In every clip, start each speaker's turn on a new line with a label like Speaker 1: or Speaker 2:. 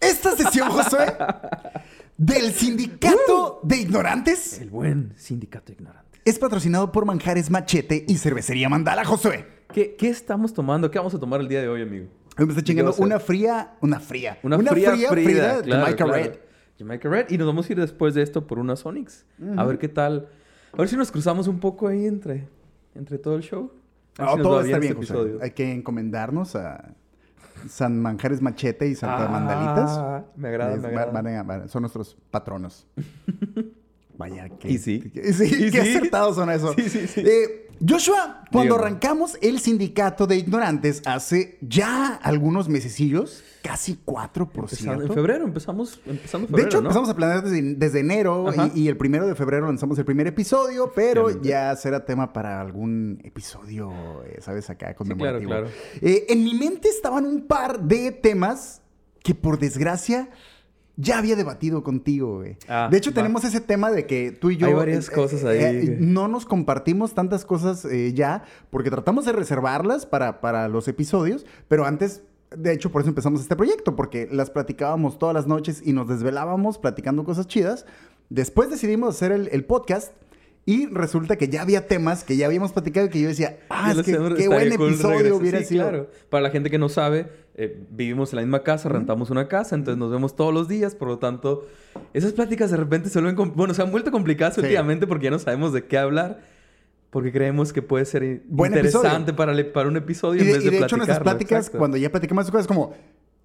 Speaker 1: esta sesión, Josué, del
Speaker 2: Uh.
Speaker 1: Sindicato de Ignorantes,
Speaker 2: El buen sindicato ignorante.
Speaker 1: es patrocinado por Manjares Machete y Cervecería Mandala, Josué.
Speaker 2: ¿Qué, qué estamos tomando? ¿Qué vamos a tomar el día de hoy, amigo?
Speaker 1: Hoy me está chingando
Speaker 2: vas a hacer?
Speaker 1: una fría, una fría,
Speaker 2: Una, fría, Frida,
Speaker 1: Frida
Speaker 2: claro,
Speaker 1: Jamaica
Speaker 2: claro.
Speaker 1: Red.
Speaker 2: Jamaica Red. Y nos vamos a ir después de esto por una Sonics. A ver qué tal. A ver si nos cruzamos un poco ahí entre, entre todo el show. A ver
Speaker 1: No,
Speaker 2: si nos
Speaker 1: todo
Speaker 2: va
Speaker 1: está bien,
Speaker 2: este
Speaker 1: José.
Speaker 2: episodio.
Speaker 1: Hay que encomendarnos a San Manjares Machete y Santa Mandalitas.
Speaker 2: Ah, Me agrada,
Speaker 1: Es-
Speaker 2: me
Speaker 1: va-
Speaker 2: agrada.
Speaker 1: van a- van a- son nuestros patronos. Vaya, que.
Speaker 2: Y sí.
Speaker 1: que- sí,
Speaker 2: Y
Speaker 1: qué
Speaker 2: sí.
Speaker 1: acertados son eso.
Speaker 2: Sí, sí, sí.
Speaker 1: Eh, Joshua, cuando
Speaker 2: Dígame.
Speaker 1: arrancamos el sindicato de ignorantes hace ya algunos mesecillos, casi cuatro por
Speaker 2: Empezando- en
Speaker 1: ciento.
Speaker 2: febrero, empezamos empezando
Speaker 1: De
Speaker 2: febrero,
Speaker 1: hecho,
Speaker 2: ¿no?
Speaker 1: empezamos a planear desde, desde enero
Speaker 2: Ajá.
Speaker 1: y, y el primero de febrero lanzamos el primer episodio, pero
Speaker 2: Efectivamente.
Speaker 1: ya será tema para algún episodio, eh, ¿sabes? Acá conmemorativo.
Speaker 2: claro.
Speaker 1: Eh, en mi mente estaban un par de temas que, por desgracia, ya había debatido contigo, güey.
Speaker 2: Ah,
Speaker 1: de hecho,
Speaker 2: va.
Speaker 1: tenemos ese tema de que tú y yo... eh,
Speaker 2: Hay varias cosas ahí, güey.
Speaker 1: no nos compartimos tantas cosas eh, ya, porque tratamos de reservarlas para, para los episodios, pero antes, de hecho, por eso empezamos este proyecto, porque las platicábamos todas las noches y nos desvelábamos platicando cosas chidas. Después decidimos hacer el, el podcast y resulta que ya había temas que ya habíamos platicado y que yo decía, ah,
Speaker 2: Ya lo
Speaker 1: es que
Speaker 2: hacemos,
Speaker 1: qué
Speaker 2: estaría
Speaker 1: buen
Speaker 2: cool
Speaker 1: episodio
Speaker 2: regresar.
Speaker 1: hubiera
Speaker 2: Sí,
Speaker 1: sido.
Speaker 2: claro. Para la gente que no sabe, eh, vivimos en la misma casa, rentamos una casa, entonces nos vemos todos los días, por lo tanto, esas pláticas de repente se vuelven, com- bueno, se han vuelto complicadas
Speaker 1: Sí.
Speaker 2: últimamente porque ya no sabemos de qué hablar, porque creemos que puede ser i-
Speaker 1: Buen
Speaker 2: interesante para, le- para un episodio
Speaker 1: Y de,
Speaker 2: en vez
Speaker 1: y
Speaker 2: de,
Speaker 1: de hecho, nuestras
Speaker 2: platicarlo,
Speaker 1: pláticas,
Speaker 2: exacto.
Speaker 1: cuando ya platicamos esas cosas, como,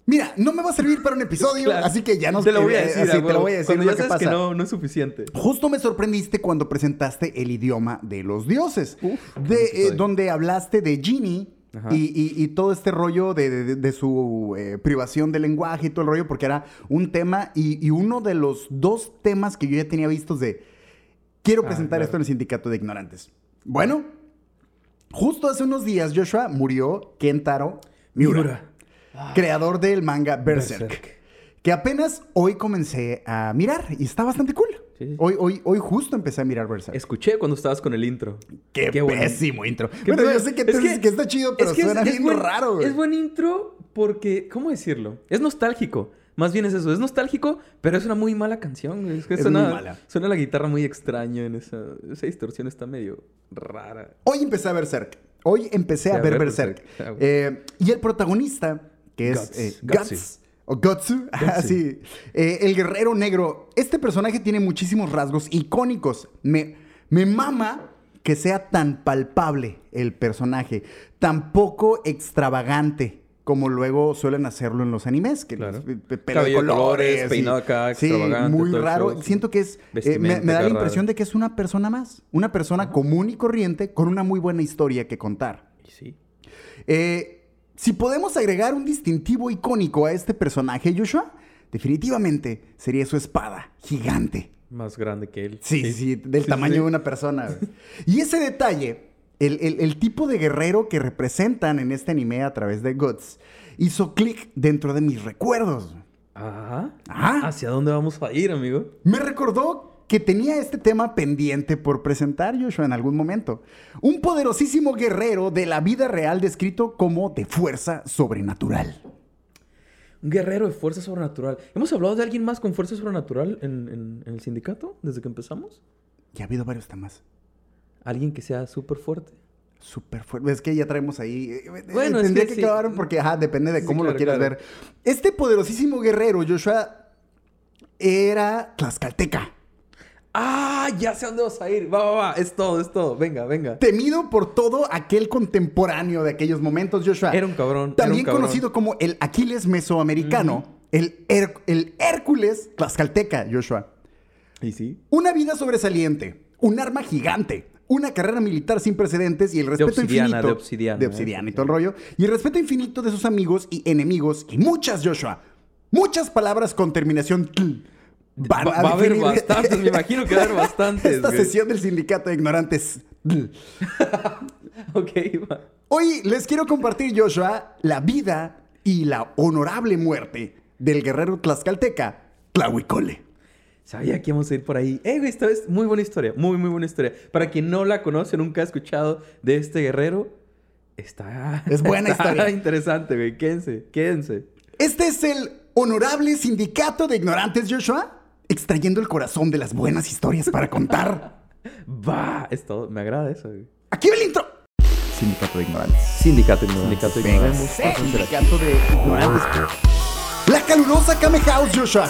Speaker 1: mira, no me va a servir para un episodio,
Speaker 2: Claro.
Speaker 1: así que ya nos
Speaker 2: te lo voy a
Speaker 1: eh,
Speaker 2: decir,
Speaker 1: así,
Speaker 2: ah,
Speaker 1: te lo
Speaker 2: bueno,
Speaker 1: voy a decir
Speaker 2: cuando
Speaker 1: lo
Speaker 2: ya
Speaker 1: que
Speaker 2: sabes que
Speaker 1: pasa.
Speaker 2: no, no es suficiente.
Speaker 1: Justo me sorprendiste cuando presentaste el idioma de los dioses,
Speaker 2: Uf,
Speaker 1: de,
Speaker 2: aquí estoy.
Speaker 1: eh, donde hablaste de Genie
Speaker 2: Ajá.
Speaker 1: y, y- y todo este rollo de, de- de su eh, privación de lenguaje y todo el rollo, porque era un tema y, y uno de los dos temas que yo ya tenía vistos de, quiero
Speaker 2: Ah,
Speaker 1: presentar
Speaker 2: claro.
Speaker 1: esto en el sindicato de ignorantes. Bueno, justo hace unos días Joshua murió Kentaro Miura,
Speaker 2: Miura.
Speaker 1: creador del manga Berserk que apenas hoy comencé a mirar y está bastante cool.
Speaker 2: Sí, sí.
Speaker 1: Hoy, hoy, hoy justo empecé a mirar Berserk.
Speaker 2: Escuché cuando estabas con el intro.
Speaker 1: qué
Speaker 2: bueno.
Speaker 1: pésimo intro.
Speaker 2: Qué
Speaker 1: bueno, yo
Speaker 2: pedo.
Speaker 1: sé que,
Speaker 2: Es
Speaker 1: tú dices que está chido, pero
Speaker 2: es que es-
Speaker 1: suena
Speaker 2: es
Speaker 1: bien
Speaker 2: buen-
Speaker 1: raro, güey.
Speaker 2: Es buen intro porque, ¿cómo decirlo? Es nostálgico. Más bien es eso, es nostálgico, pero es una muy mala canción. güey. Es que
Speaker 1: Es
Speaker 2: suena,
Speaker 1: muy mala.
Speaker 2: suena la guitarra muy extraño en esa, esa distorsión está medio rara.
Speaker 1: Hoy empecé a ver Berserk. Hoy empecé a
Speaker 2: Sí, a
Speaker 1: ver
Speaker 2: ver
Speaker 1: Berserk.
Speaker 2: Berserk. Ah, güey.
Speaker 1: Eh, y el protagonista, que es
Speaker 2: Guts.
Speaker 1: eh,
Speaker 2: Gutsy.
Speaker 1: Guts, o Gotsu, así, eh, el guerrero negro. Este personaje tiene muchísimos rasgos icónicos. Me, me mama que sea tan palpable el personaje, tan poco extravagante como luego suelen hacerlo en los animes, que
Speaker 2: Claro.
Speaker 1: los pe- pe- pelo de
Speaker 2: Cabello de colores,
Speaker 1: colores, y-
Speaker 2: peinado acá,
Speaker 1: sí,
Speaker 2: extravagante,
Speaker 1: muy
Speaker 2: todo el
Speaker 1: raro.
Speaker 2: show, sí.
Speaker 1: Siento que es, eh, me- me,
Speaker 2: Vestimenta
Speaker 1: da la
Speaker 2: acá
Speaker 1: impresión
Speaker 2: rara.
Speaker 1: de que es una persona más, una persona común y corriente con una muy buena historia que contar.
Speaker 2: Y sí.
Speaker 1: Eh, si podemos agregar un distintivo icónico a este personaje, Joshua, definitivamente sería su espada gigante.
Speaker 2: Más grande que él.
Speaker 1: Sí, sí, sí, del
Speaker 2: Sí,
Speaker 1: tamaño
Speaker 2: sí.
Speaker 1: de una persona. güey. Y ese detalle, el, el- el tipo de guerrero que representan en este anime a través de Guts, hizo clic dentro de mis recuerdos. Ah,
Speaker 2: Ajá.
Speaker 1: Ajá.
Speaker 2: ¿Hacia dónde vamos a ir, amigo?
Speaker 1: Me recordó que tenía este tema pendiente por presentar, Joshua, en algún momento. Un poderosísimo guerrero de la vida real descrito como de fuerza sobrenatural.
Speaker 2: Un guerrero de fuerza sobrenatural. ¿Hemos hablado de alguien más con fuerza sobrenatural en, en- en el sindicato desde que empezamos?
Speaker 1: Ya ha habido varios temas.
Speaker 2: Alguien que sea súper fuerte.
Speaker 1: Súper fuerte. Es que ya traemos ahí. eh, eh,
Speaker 2: Bueno, es
Speaker 1: tendría
Speaker 2: que
Speaker 1: que,
Speaker 2: sí.
Speaker 1: acabar porque, ajá, depende de
Speaker 2: Sí,
Speaker 1: cómo lo
Speaker 2: claro,
Speaker 1: quieras
Speaker 2: claro.
Speaker 1: ver. Este poderosísimo guerrero, Joshua, era tlaxcalteca.
Speaker 2: ¡Ah! Ya sé a dónde vas a ir. Va, va, va. Es todo, es todo. Venga, venga.
Speaker 1: Temido por todo aquel contemporáneo de aquellos momentos, Joshua.
Speaker 2: Era un cabrón. era
Speaker 1: También
Speaker 2: un cabrón.
Speaker 1: conocido como el Aquiles mesoamericano, el, Her- el Hércules tlaxcalteca, Joshua.
Speaker 2: Y sí.
Speaker 1: Una vida sobresaliente, un arma gigante, una carrera militar sin precedentes y el respeto
Speaker 2: obsidiana,
Speaker 1: infinito.
Speaker 2: de obsidiana,
Speaker 1: De
Speaker 2: ¿eh?
Speaker 1: obsidiana y todo el rollo. Y el respeto infinito de sus amigos y enemigos y muchas, Joshua. Muchas palabras con terminación tl. van
Speaker 2: Va, va a haber
Speaker 1: definir
Speaker 2: bastantes. Me imagino que va a haber bastantes.
Speaker 1: Esta
Speaker 2: güey.
Speaker 1: sesión del sindicato de ignorantes. tl.
Speaker 2: Ok, va.
Speaker 1: Hoy les quiero compartir, Joshua, la vida y la honorable muerte del guerrero tlaxcalteca, Tlahuicole.
Speaker 2: Sabía que íbamos a ir por ahí. Eh, güey, esta es muy buena historia. Muy, muy buena historia. Para quien no la conoce, nunca ha escuchado de este guerrero, está.
Speaker 1: Es buena
Speaker 2: está
Speaker 1: historia.
Speaker 2: interesante, güey. Quédense, quédense.
Speaker 1: Este es el Honorable Sindicato de Ignorantes, Joshua, extrayendo el corazón de las buenas historias para contar.
Speaker 2: Va, es todo. Me agrada eso. güey.
Speaker 1: Aquí va el intro. Sindicato de Ignorantes.
Speaker 2: Sindicato ignorante. Sindicato
Speaker 1: Venga,
Speaker 2: ignorante.
Speaker 1: sí, Sindicato de Ignorantes. La calurosa Kame House, Joshua.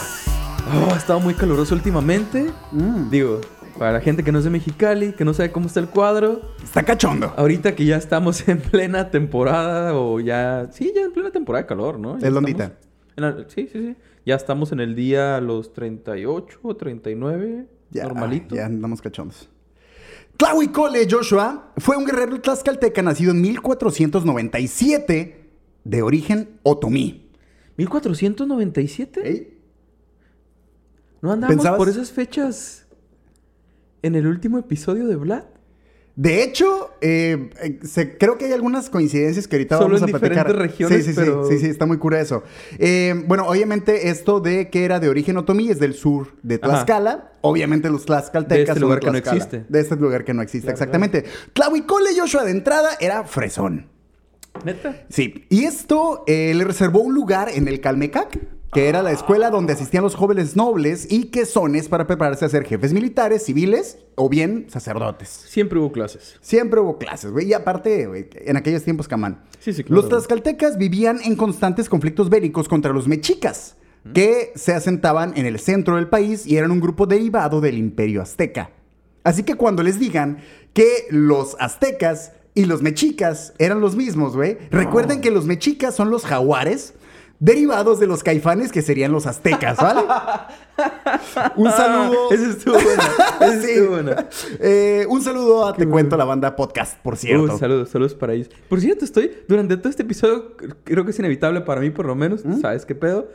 Speaker 2: Oh, ha estado muy caluroso últimamente.
Speaker 1: Mm.
Speaker 2: Digo, para la gente que no es de Mexicali, que no sabe cómo está el cuadro,
Speaker 1: Está cachondo.
Speaker 2: ahorita que ya estamos en plena temporada o ya... Sí, ya en plena temporada de calor, ¿no? Ya
Speaker 1: Es londita.
Speaker 2: estamos en la- sí, sí, sí. Ya estamos en el día los 38 o 39,
Speaker 1: Ya,
Speaker 2: normalito.
Speaker 1: Ya andamos cachondos. Tlahui Cole Joshua fue un guerrero tlaxcalteca nacido en 1497 de origen otomí.
Speaker 2: 1497.
Speaker 1: Ey,
Speaker 2: ¿No andamos
Speaker 1: ¿Pensabas?
Speaker 2: por esas fechas en el último episodio de Vlad?
Speaker 1: De hecho, eh, eh, se- creo que hay algunas coincidencias que ahorita
Speaker 2: Solo
Speaker 1: vamos
Speaker 2: en
Speaker 1: a platicar.
Speaker 2: diferentes regiones,
Speaker 1: sí, sí,
Speaker 2: pero-
Speaker 1: sí, sí, sí, está muy cura eso. Eh, bueno, obviamente esto de que era de origen otomí es del sur de
Speaker 2: Ajá.
Speaker 1: Tlaxcala. Obviamente los tlaxcaltecas
Speaker 2: De este
Speaker 1: son
Speaker 2: lugar que no
Speaker 1: Tlaxcala.
Speaker 2: existe.
Speaker 1: De este lugar que no existe,
Speaker 2: Claro,
Speaker 1: exactamente. Tlahuicole Joshua de entrada era fresón.
Speaker 2: ¿Neta?
Speaker 1: Sí, y esto eh, le reservó un lugar en el Calmecac, que era la escuela donde asistían los jóvenes nobles y quesones para prepararse a ser jefes militares, civiles o bien sacerdotes.
Speaker 3: Siempre hubo clases.
Speaker 1: Siempre hubo clases, güey. Y aparte, güey, en aquellos tiempos, Camán.
Speaker 3: Sí, sí, claro.
Speaker 1: Los tlaxcaltecas vivían en constantes conflictos bélicos contra los mexicas, que se asentaban en el centro del país y eran un grupo derivado del imperio azteca. Así que cuando les digan que los aztecas y los mexicas eran los mismos, güey, recuerden que los mexicas son los jaguares. Derivados de los caifanes que serían los aztecas, ¿vale? Un saludo.
Speaker 2: Ah, esa estuvo buena. Esa
Speaker 1: Sí.
Speaker 2: estuvo buena.
Speaker 1: Eh, un saludo a Te Cuento la Banda Podcast, por cierto.
Speaker 2: Uh, saludos, saludos para ellos. Por cierto, estoy durante todo este episodio, cr- creo que es inevitable para mí, por lo menos.
Speaker 1: ¿Mm?
Speaker 2: ¿Sabes qué pedo?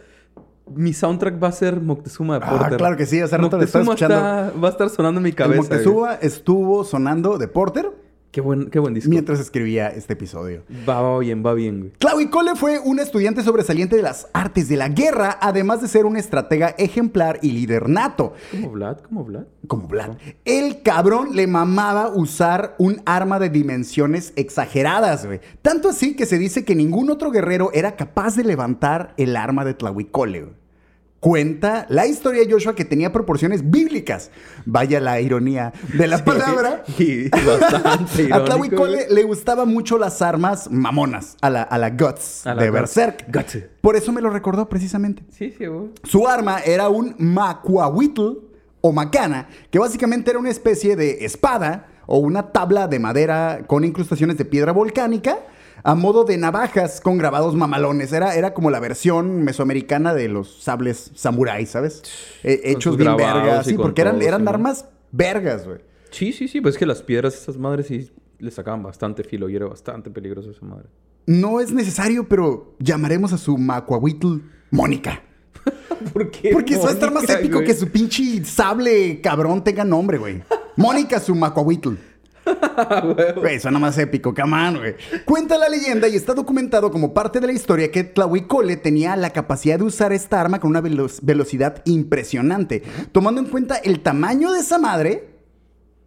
Speaker 2: Mi soundtrack va a ser Moctezuma de
Speaker 1: Ah,
Speaker 2: Porter.
Speaker 1: claro que sí, hace rato lo estaba
Speaker 2: Moctezuma está- va a estar sonando en mi
Speaker 1: El
Speaker 2: cabeza. güey.
Speaker 1: Moctezuma estuvo sonando de Porter
Speaker 2: Qué buen, qué buen disco.
Speaker 1: mientras escribía este episodio.
Speaker 2: Va, va bien, va bien, güey.
Speaker 1: Claudio Cole fue un estudiante sobresaliente de las artes de la guerra, además de ser un estratega ejemplar y líder nato.
Speaker 2: ¿Cómo Vlad? ¿Cómo Vlad?
Speaker 1: Como Vlad. El cabrón le mamaba usar un arma de dimensiones exageradas, güey. Tanto así que se dice que ningún otro guerrero era capaz de levantar el arma de Tlahuicole, güey. Cuenta la historia de Joshua que tenía proporciones bíblicas. Vaya la ironía de la palabra.
Speaker 2: Y bastante
Speaker 1: A
Speaker 2: irónico,
Speaker 1: Tlahuicole
Speaker 2: güey.
Speaker 1: le gustaban mucho las armas mamonas, a la, a la Guts
Speaker 2: A la
Speaker 1: de
Speaker 2: Guts.
Speaker 1: Berserk.
Speaker 2: Guts.
Speaker 1: Por eso me lo recordó precisamente.
Speaker 2: Sí, sí, güey.
Speaker 1: Su arma era un macuahuitl o macana, que básicamente era una especie de espada o una tabla de madera con incrustaciones de piedra volcánica a modo de navajas con grabados mamalones. Era, era como la versión mesoamericana de los sables samuráis, ¿sabes? Eh,
Speaker 2: Con
Speaker 1: hechos
Speaker 2: sus
Speaker 1: bien
Speaker 2: grabados
Speaker 1: vergas,
Speaker 2: y
Speaker 1: sí,
Speaker 2: con
Speaker 1: porque eran,
Speaker 2: todo,
Speaker 1: eran
Speaker 2: sí, ¿no?
Speaker 1: armas vergas, güey.
Speaker 2: Sí, sí, sí, pues es que las piedras, esas madres, sí le sacaban bastante filo y era bastante peligroso esa madre.
Speaker 1: No es necesario, pero llamaremos a su macuahuitl Mónica.
Speaker 2: ¿Por qué?
Speaker 1: Porque eso va a estar más
Speaker 2: Mónica,
Speaker 1: épico
Speaker 2: güey?
Speaker 1: que su pinche sable cabrón tenga nombre, güey. Mónica su macuahuitl.
Speaker 2: Ah,
Speaker 1: Güey, suena más épico, camán, güey. Cuenta la leyenda y está documentado como parte de la historia que Tlahuicole tenía la capacidad de usar esta arma con una velo- velocidad impresionante, tomando en cuenta el tamaño de esa madre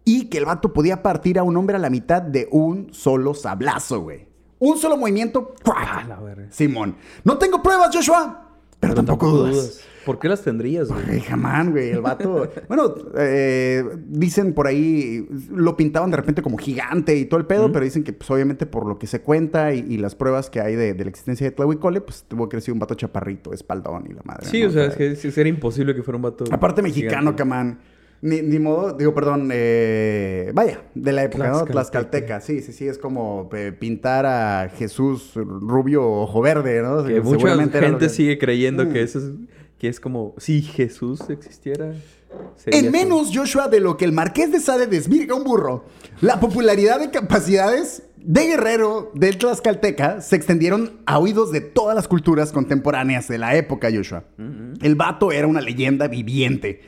Speaker 1: y que el vato podía partir a un hombre a la mitad de un solo sablazo, güey. Un solo movimiento, ¡cuac!
Speaker 2: Ah, la verga.
Speaker 1: Simón. No tengo pruebas, Joshua, pero, tampoco, dudas.
Speaker 2: ¿Por qué las tendrías, güey?
Speaker 1: Ay, jamán, güey, el vato. bueno, eh, dicen por ahí, lo pintaban de repente como gigante y todo el pedo, pero dicen que, pues, obviamente, por lo que se cuenta y, y las pruebas que hay de, de la existencia de Tlahuicole, pues tuvo que haber sido un vato chaparrito, espaldón y la madre.
Speaker 2: Sí,
Speaker 1: ¿no?
Speaker 2: o sea, es que sí, sí, era imposible que fuera un vato.
Speaker 1: Aparte mexicano,
Speaker 2: gigante.
Speaker 1: camán. Ni, ni modo, digo, perdón, eh, vaya, de la época, ¿no?
Speaker 2: Tlaxcalteca.
Speaker 1: Tlaxcalteca, sí, sí, sí, es como eh, pintar a Jesús rubio, ojo verde, ¿no?
Speaker 2: Que mucha
Speaker 1: Seguramente era lo
Speaker 2: gente
Speaker 1: que-
Speaker 2: sigue creyendo
Speaker 1: Mm.
Speaker 2: que eso es. Que es como, si Jesús existiera. sería
Speaker 1: En
Speaker 2: así.
Speaker 1: menos, Joshua, de lo que el marqués de Sade desvirga un burro, la popularidad de capacidades de guerrero del Tlaxcalteca se extendieron a oídos de todas las culturas contemporáneas de la época, Joshua. El vato era una leyenda viviente.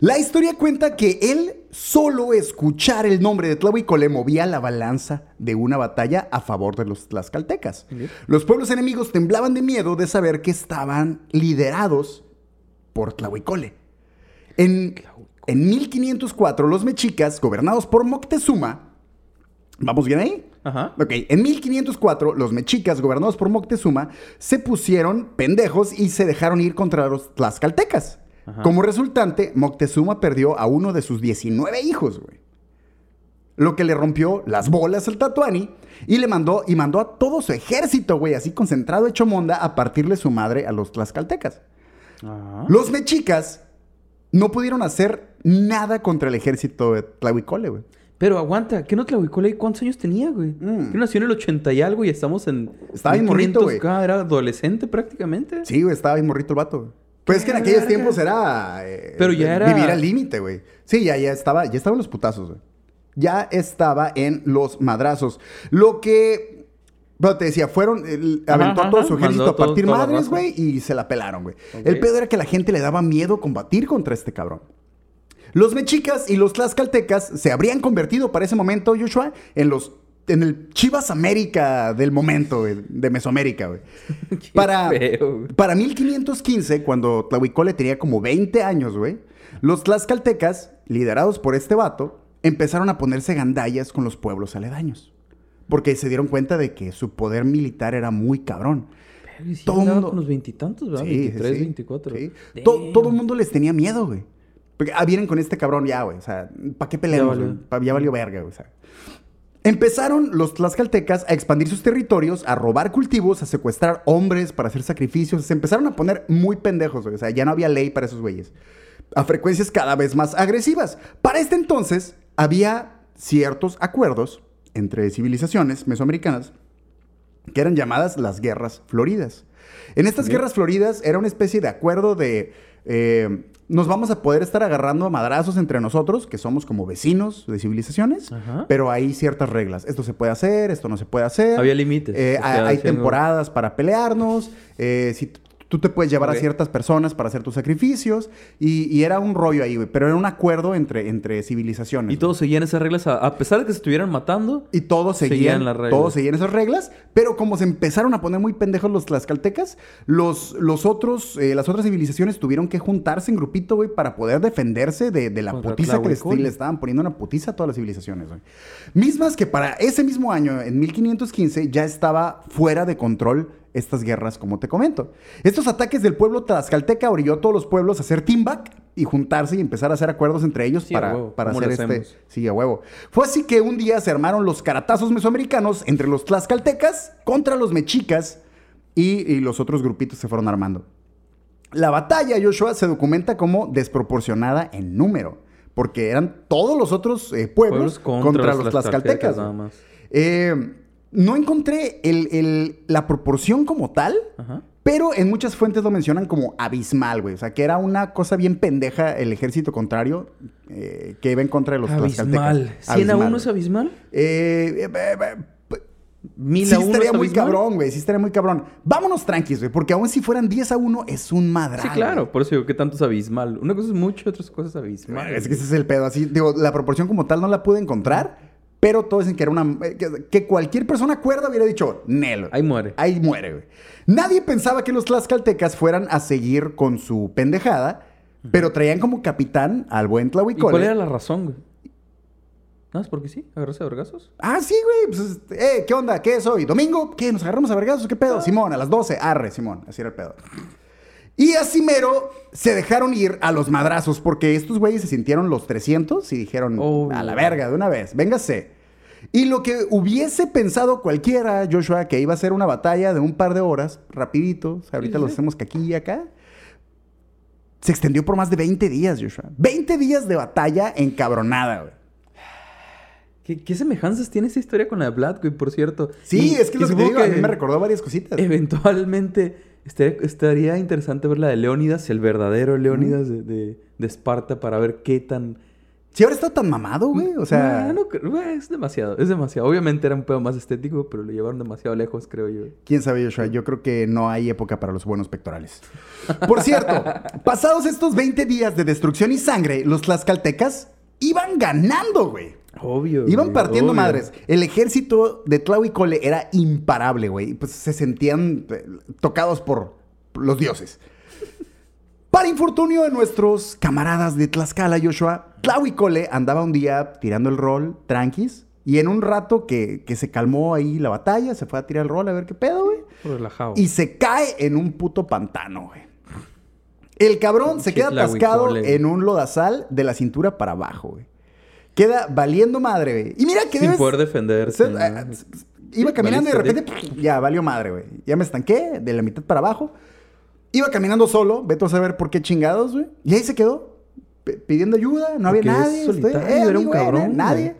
Speaker 1: La historia cuenta que él solo escuchar el nombre de Tlahuicole movía la balanza de una batalla a favor de los tlaxcaltecas. Los pueblos enemigos temblaban de miedo de saber que estaban liderados por Tlahuicole. En, en 1504, los mexicas, gobernados por Moctezuma, ¿vamos bien ahí?
Speaker 2: Ajá.
Speaker 1: Ok, en 1504 los mexicas, gobernados por Moctezuma, se pusieron pendejos y se dejaron ir contra los tlaxcaltecas.
Speaker 2: Ajá.
Speaker 1: Como resultante, Moctezuma perdió a uno de sus 19 hijos, güey. Lo que le rompió las bolas al Tatuani y le mandó y mandó a todo su ejército, güey, así concentrado hecho monda a partirle su madre a los tlaxcaltecas.
Speaker 2: Ajá.
Speaker 1: Los mexicas no pudieron hacer nada contra el ejército de Tlahuicole, güey.
Speaker 2: Pero aguanta, ¿qué no Tlahuicole cuántos años tenía, güey?
Speaker 1: Mm.
Speaker 2: Que nació en el 80 y algo y estamos en.
Speaker 1: Estaba bien morrito,
Speaker 2: 1500K, Era adolescente prácticamente.
Speaker 1: Sí, güey, estaba bien morrito el vato, güey. Pues es que en aquellos
Speaker 2: verga.
Speaker 1: tiempos era... eh,
Speaker 2: Pero ya
Speaker 1: eh,
Speaker 2: era-
Speaker 1: Vivir al límite, güey. Sí, ya, ya estaba, ya estaban los putazos, güey. Ya estaba en los madrazos. Lo que... Bueno, te decía, fueron... el-
Speaker 2: Ajá,
Speaker 1: aventó a
Speaker 2: ajá,
Speaker 1: todo
Speaker 2: ajá.
Speaker 1: su ejército
Speaker 2: Mandó
Speaker 1: a partir
Speaker 2: todo- toda la
Speaker 1: madres,
Speaker 2: raza.
Speaker 1: güey, y se la pelaron, güey.
Speaker 2: Ok.
Speaker 1: El pedo era que la gente le daba miedo combatir contra este cabrón. Los mexicas y los tlaxcaltecas se habrían convertido para ese momento, Joshua, en los... En el Chivas América del momento, güey, de Mesoamérica, güey.
Speaker 2: Qué
Speaker 1: Para,
Speaker 2: feo, güey.
Speaker 1: para 1515, cuando Tlahuicole tenía como 20 años, güey, los tlaxcaltecas, liderados por este vato, empezaron a ponerse gandallas con los pueblos aledaños. Porque se dieron cuenta de que su poder militar era muy cabrón.
Speaker 2: Pero, y sí
Speaker 1: todo
Speaker 2: andaba
Speaker 1: mundo-
Speaker 2: con los veintitantos, ¿verdad?
Speaker 1: Sí, sí,
Speaker 2: 23,
Speaker 1: sí.
Speaker 2: 24.
Speaker 1: Sí.
Speaker 2: Damn.
Speaker 1: To- Todo el mundo les tenía miedo, güey. Porque, ah, vienen con este cabrón ya, güey. O sea, ¿para qué peleamos?
Speaker 2: valió.
Speaker 1: güey? Pa- Ya valió verga, güey. o sea. Empezaron los tlaxcaltecas a expandir sus territorios, a robar cultivos, a secuestrar hombres para hacer sacrificios. Se empezaron a poner muy pendejos, güey. O sea, ya no había ley para esos güeyes. A frecuencias cada vez más agresivas. Para este entonces, había ciertos acuerdos entre civilizaciones mesoamericanas que eran llamadas las Guerras Floridas. En estas
Speaker 2: Ok.
Speaker 1: Guerras Floridas era una especie de acuerdo de eh, nos vamos a poder estar agarrando a madrazos entre nosotros, que somos como vecinos de civilizaciones,
Speaker 2: Ajá.
Speaker 1: pero hay ciertas reglas. Esto se puede hacer, esto no se puede hacer.
Speaker 2: Había límites.
Speaker 1: Eh,
Speaker 2: O
Speaker 1: hay-
Speaker 2: sea,
Speaker 1: hay
Speaker 2: decían,
Speaker 1: temporadas para pelearnos. eh, si t- tú te puedes llevar
Speaker 2: Ok.
Speaker 1: a ciertas personas para hacer tus sacrificios. Y, y era un rollo ahí, güey. Pero era un acuerdo entre, entre civilizaciones.
Speaker 2: Y todos seguían esas reglas a, a pesar de que se estuvieran matando.
Speaker 1: Y todos seguían,
Speaker 2: Seguían las reglas.
Speaker 1: todos seguían esas reglas, pero como se empezaron a poner muy pendejos los tlaxcaltecas, los, los otros, eh, las otras civilizaciones tuvieron que juntarse en grupito, güey, para poder defenderse de, de la
Speaker 2: Contra
Speaker 1: putiza que les,
Speaker 2: Tlahuicón.
Speaker 1: le estaban poniendo una putiza a todas las civilizaciones, güey. Mismas que para ese mismo año, en 1515, ya estaba fuera de control estas guerras, como te comento. Estos ataques del pueblo tlaxcalteca orilló a todos los pueblos a hacer team back y juntarse y empezar a hacer acuerdos entre ellos
Speaker 2: Sí, a
Speaker 1: para,
Speaker 2: huevo.
Speaker 1: para
Speaker 2: ¿Cómo
Speaker 1: hacer este,
Speaker 2: lo hacemos?
Speaker 1: Sí, a huevo. Fue así que un día se armaron los caratazos mesoamericanos entre los tlaxcaltecas contra los mexicas y, y los otros grupitos se fueron armando. La batalla, Joshua, se documenta como desproporcionada en número, porque eran todos los otros eh, pueblos, contra, los, tlaxcaltecas.
Speaker 2: nada
Speaker 1: güey.
Speaker 2: más.
Speaker 1: Eh, no encontré el- el- la proporción como tal,
Speaker 2: Ajá.
Speaker 1: pero en muchas fuentes lo mencionan como abismal, güey. O sea, que era una cosa bien pendeja el ejército contrario eh, que iba en contra de los
Speaker 2: abismal.
Speaker 1: tlaxcaltecas.
Speaker 2: ¿100 a 1
Speaker 1: Abismal,
Speaker 2: es
Speaker 1: güey.
Speaker 2: abismal?
Speaker 1: Eh, eh, eh, eh,
Speaker 2: ¿1000
Speaker 1: sí
Speaker 2: a 1 es
Speaker 1: estaría muy
Speaker 2: abismal?
Speaker 1: cabrón, güey. Sí estaría muy cabrón. Vámonos tranquis, güey. Porque aún si fueran 10 a 1 es un madral.
Speaker 2: Sí,
Speaker 1: güey.
Speaker 2: claro. Por eso digo que tanto es abismal. Una cosa es mucho, otra cosa es abismal.
Speaker 1: Es que ese es el pedo. Así, digo, la proporción como tal no la pude encontrar, pero todos dicen que era una. eh, Que, que cualquier persona cuerda hubiera dicho, Nel.
Speaker 2: Ahí muere.
Speaker 1: Ahí muere, güey. Nadie pensaba que los tlaxcaltecas fueran a seguir con su pendejada, pero traían como capitán al buen
Speaker 2: ¿Y cuál era
Speaker 1: Tlahuicole.
Speaker 2: la razón, güey? Nada más porque sí, agarrarse a vergazos.
Speaker 1: Ah, sí, güey. Pues, este, eh, ¿qué onda? ¿Qué es hoy? ¿Domingo? ¿Qué? ¿Nos agarramos a vergazos? ¿Qué pedo? Simón, a las 12. Arre, Simón. Así era el pedo. Y así mero se dejaron ir a los madrazos porque estos güeyes se sintieron los 300 y dijeron
Speaker 2: Oh,
Speaker 1: a la
Speaker 2: yeah.
Speaker 1: verga de una vez, véngase. Y lo que hubiese pensado cualquiera, Joshua, que iba a ser una batalla de un par de horas, rapidito, o sea, ahorita
Speaker 2: sí,
Speaker 1: lo
Speaker 2: sí.
Speaker 1: hacemos que aquí y acá, se extendió por más de 20 días, Joshua. 20 días de batalla encabronada, güey.
Speaker 2: ¿Qué, qué semejanzas tiene esa historia con la de Vlad, güey, por cierto?
Speaker 1: Sí,
Speaker 2: Y-
Speaker 1: es que
Speaker 2: y
Speaker 1: lo que te
Speaker 2: supongo eh,
Speaker 1: digo, a mí me recordó varias cositas.
Speaker 2: Eventualmente estaría, estaría interesante ver la de Leónidas, el verdadero Leónidas de, de- de Esparta, para ver qué tan.
Speaker 1: Si ahora está tan mamado, güey. O sea,
Speaker 2: Nah, no creo- güey, es demasiado, es demasiado. Obviamente era un pedo más estético, pero lo llevaron demasiado lejos, creo yo.
Speaker 1: quién sabe, Joshua. Yo creo que no hay época para los buenos pectorales. Por cierto, pasados estos 20 días de destrucción y sangre, los tlaxcaltecas iban ganando, güey.
Speaker 2: Obvio.
Speaker 1: Iban
Speaker 2: güey,
Speaker 1: partiendo
Speaker 2: obvio.
Speaker 1: madres. El ejército de Tlahuicole era imparable, güey. Y, Pues se sentían eh, tocados por los dioses. Para infortunio de nuestros camaradas de Tlaxcala, Joshua, Tlahuicole andaba un día tirando el rol, tranquis, y Y en un rato que, que se calmó ahí la batalla, se fue a tirar el rol a ver qué pedo, güey.
Speaker 2: Relajado.
Speaker 1: Y se cae en un puto pantano, güey. El cabrón se queda atascado
Speaker 2: Chitlahua y Cole.
Speaker 1: en un lodazal de la cintura para abajo, güey. Queda valiendo madre, güey. Y mira que
Speaker 2: Sin
Speaker 1: debes-
Speaker 2: poder defenderse.
Speaker 1: se-
Speaker 2: ¿no?
Speaker 1: ah, s- s- iba caminando y de
Speaker 2: Valiste,
Speaker 1: repente ¡pum! ya valió madre, güey. Ya me estanqué de la mitad para abajo. Iba caminando solo, vete a saber por qué chingados, güey. Y ahí se quedó p- pidiendo ayuda, no había
Speaker 2: Porque es
Speaker 1: nadie. estoy-
Speaker 2: solitario,
Speaker 1: eh,
Speaker 2: era un
Speaker 1: amigo, eh,
Speaker 2: cabrón,
Speaker 1: nadie.
Speaker 2: güey.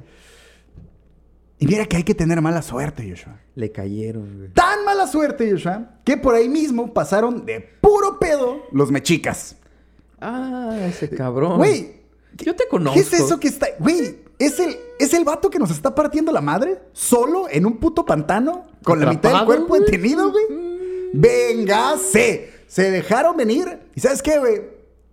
Speaker 1: Y mira que hay que tener mala suerte, Joshua.
Speaker 2: Le cayeron, güey.
Speaker 1: Tan mala suerte, Joshua, que por ahí mismo pasaron de puro pedo los mexicas.
Speaker 2: Ah, ese cabrón.
Speaker 1: Güey,
Speaker 2: Yo te conozco.
Speaker 1: ¿Qué es eso que está.? Güey, ¿es el, ¿es el vato que nos está partiendo la madre? ¿Solo en un puto pantano? ¿Con la mitad del
Speaker 2: Atrapado,
Speaker 1: cuerpo
Speaker 2: güey.
Speaker 1: detenido, güey? ¡Véngase! Se dejaron venir. ¿Y sabes qué, güey?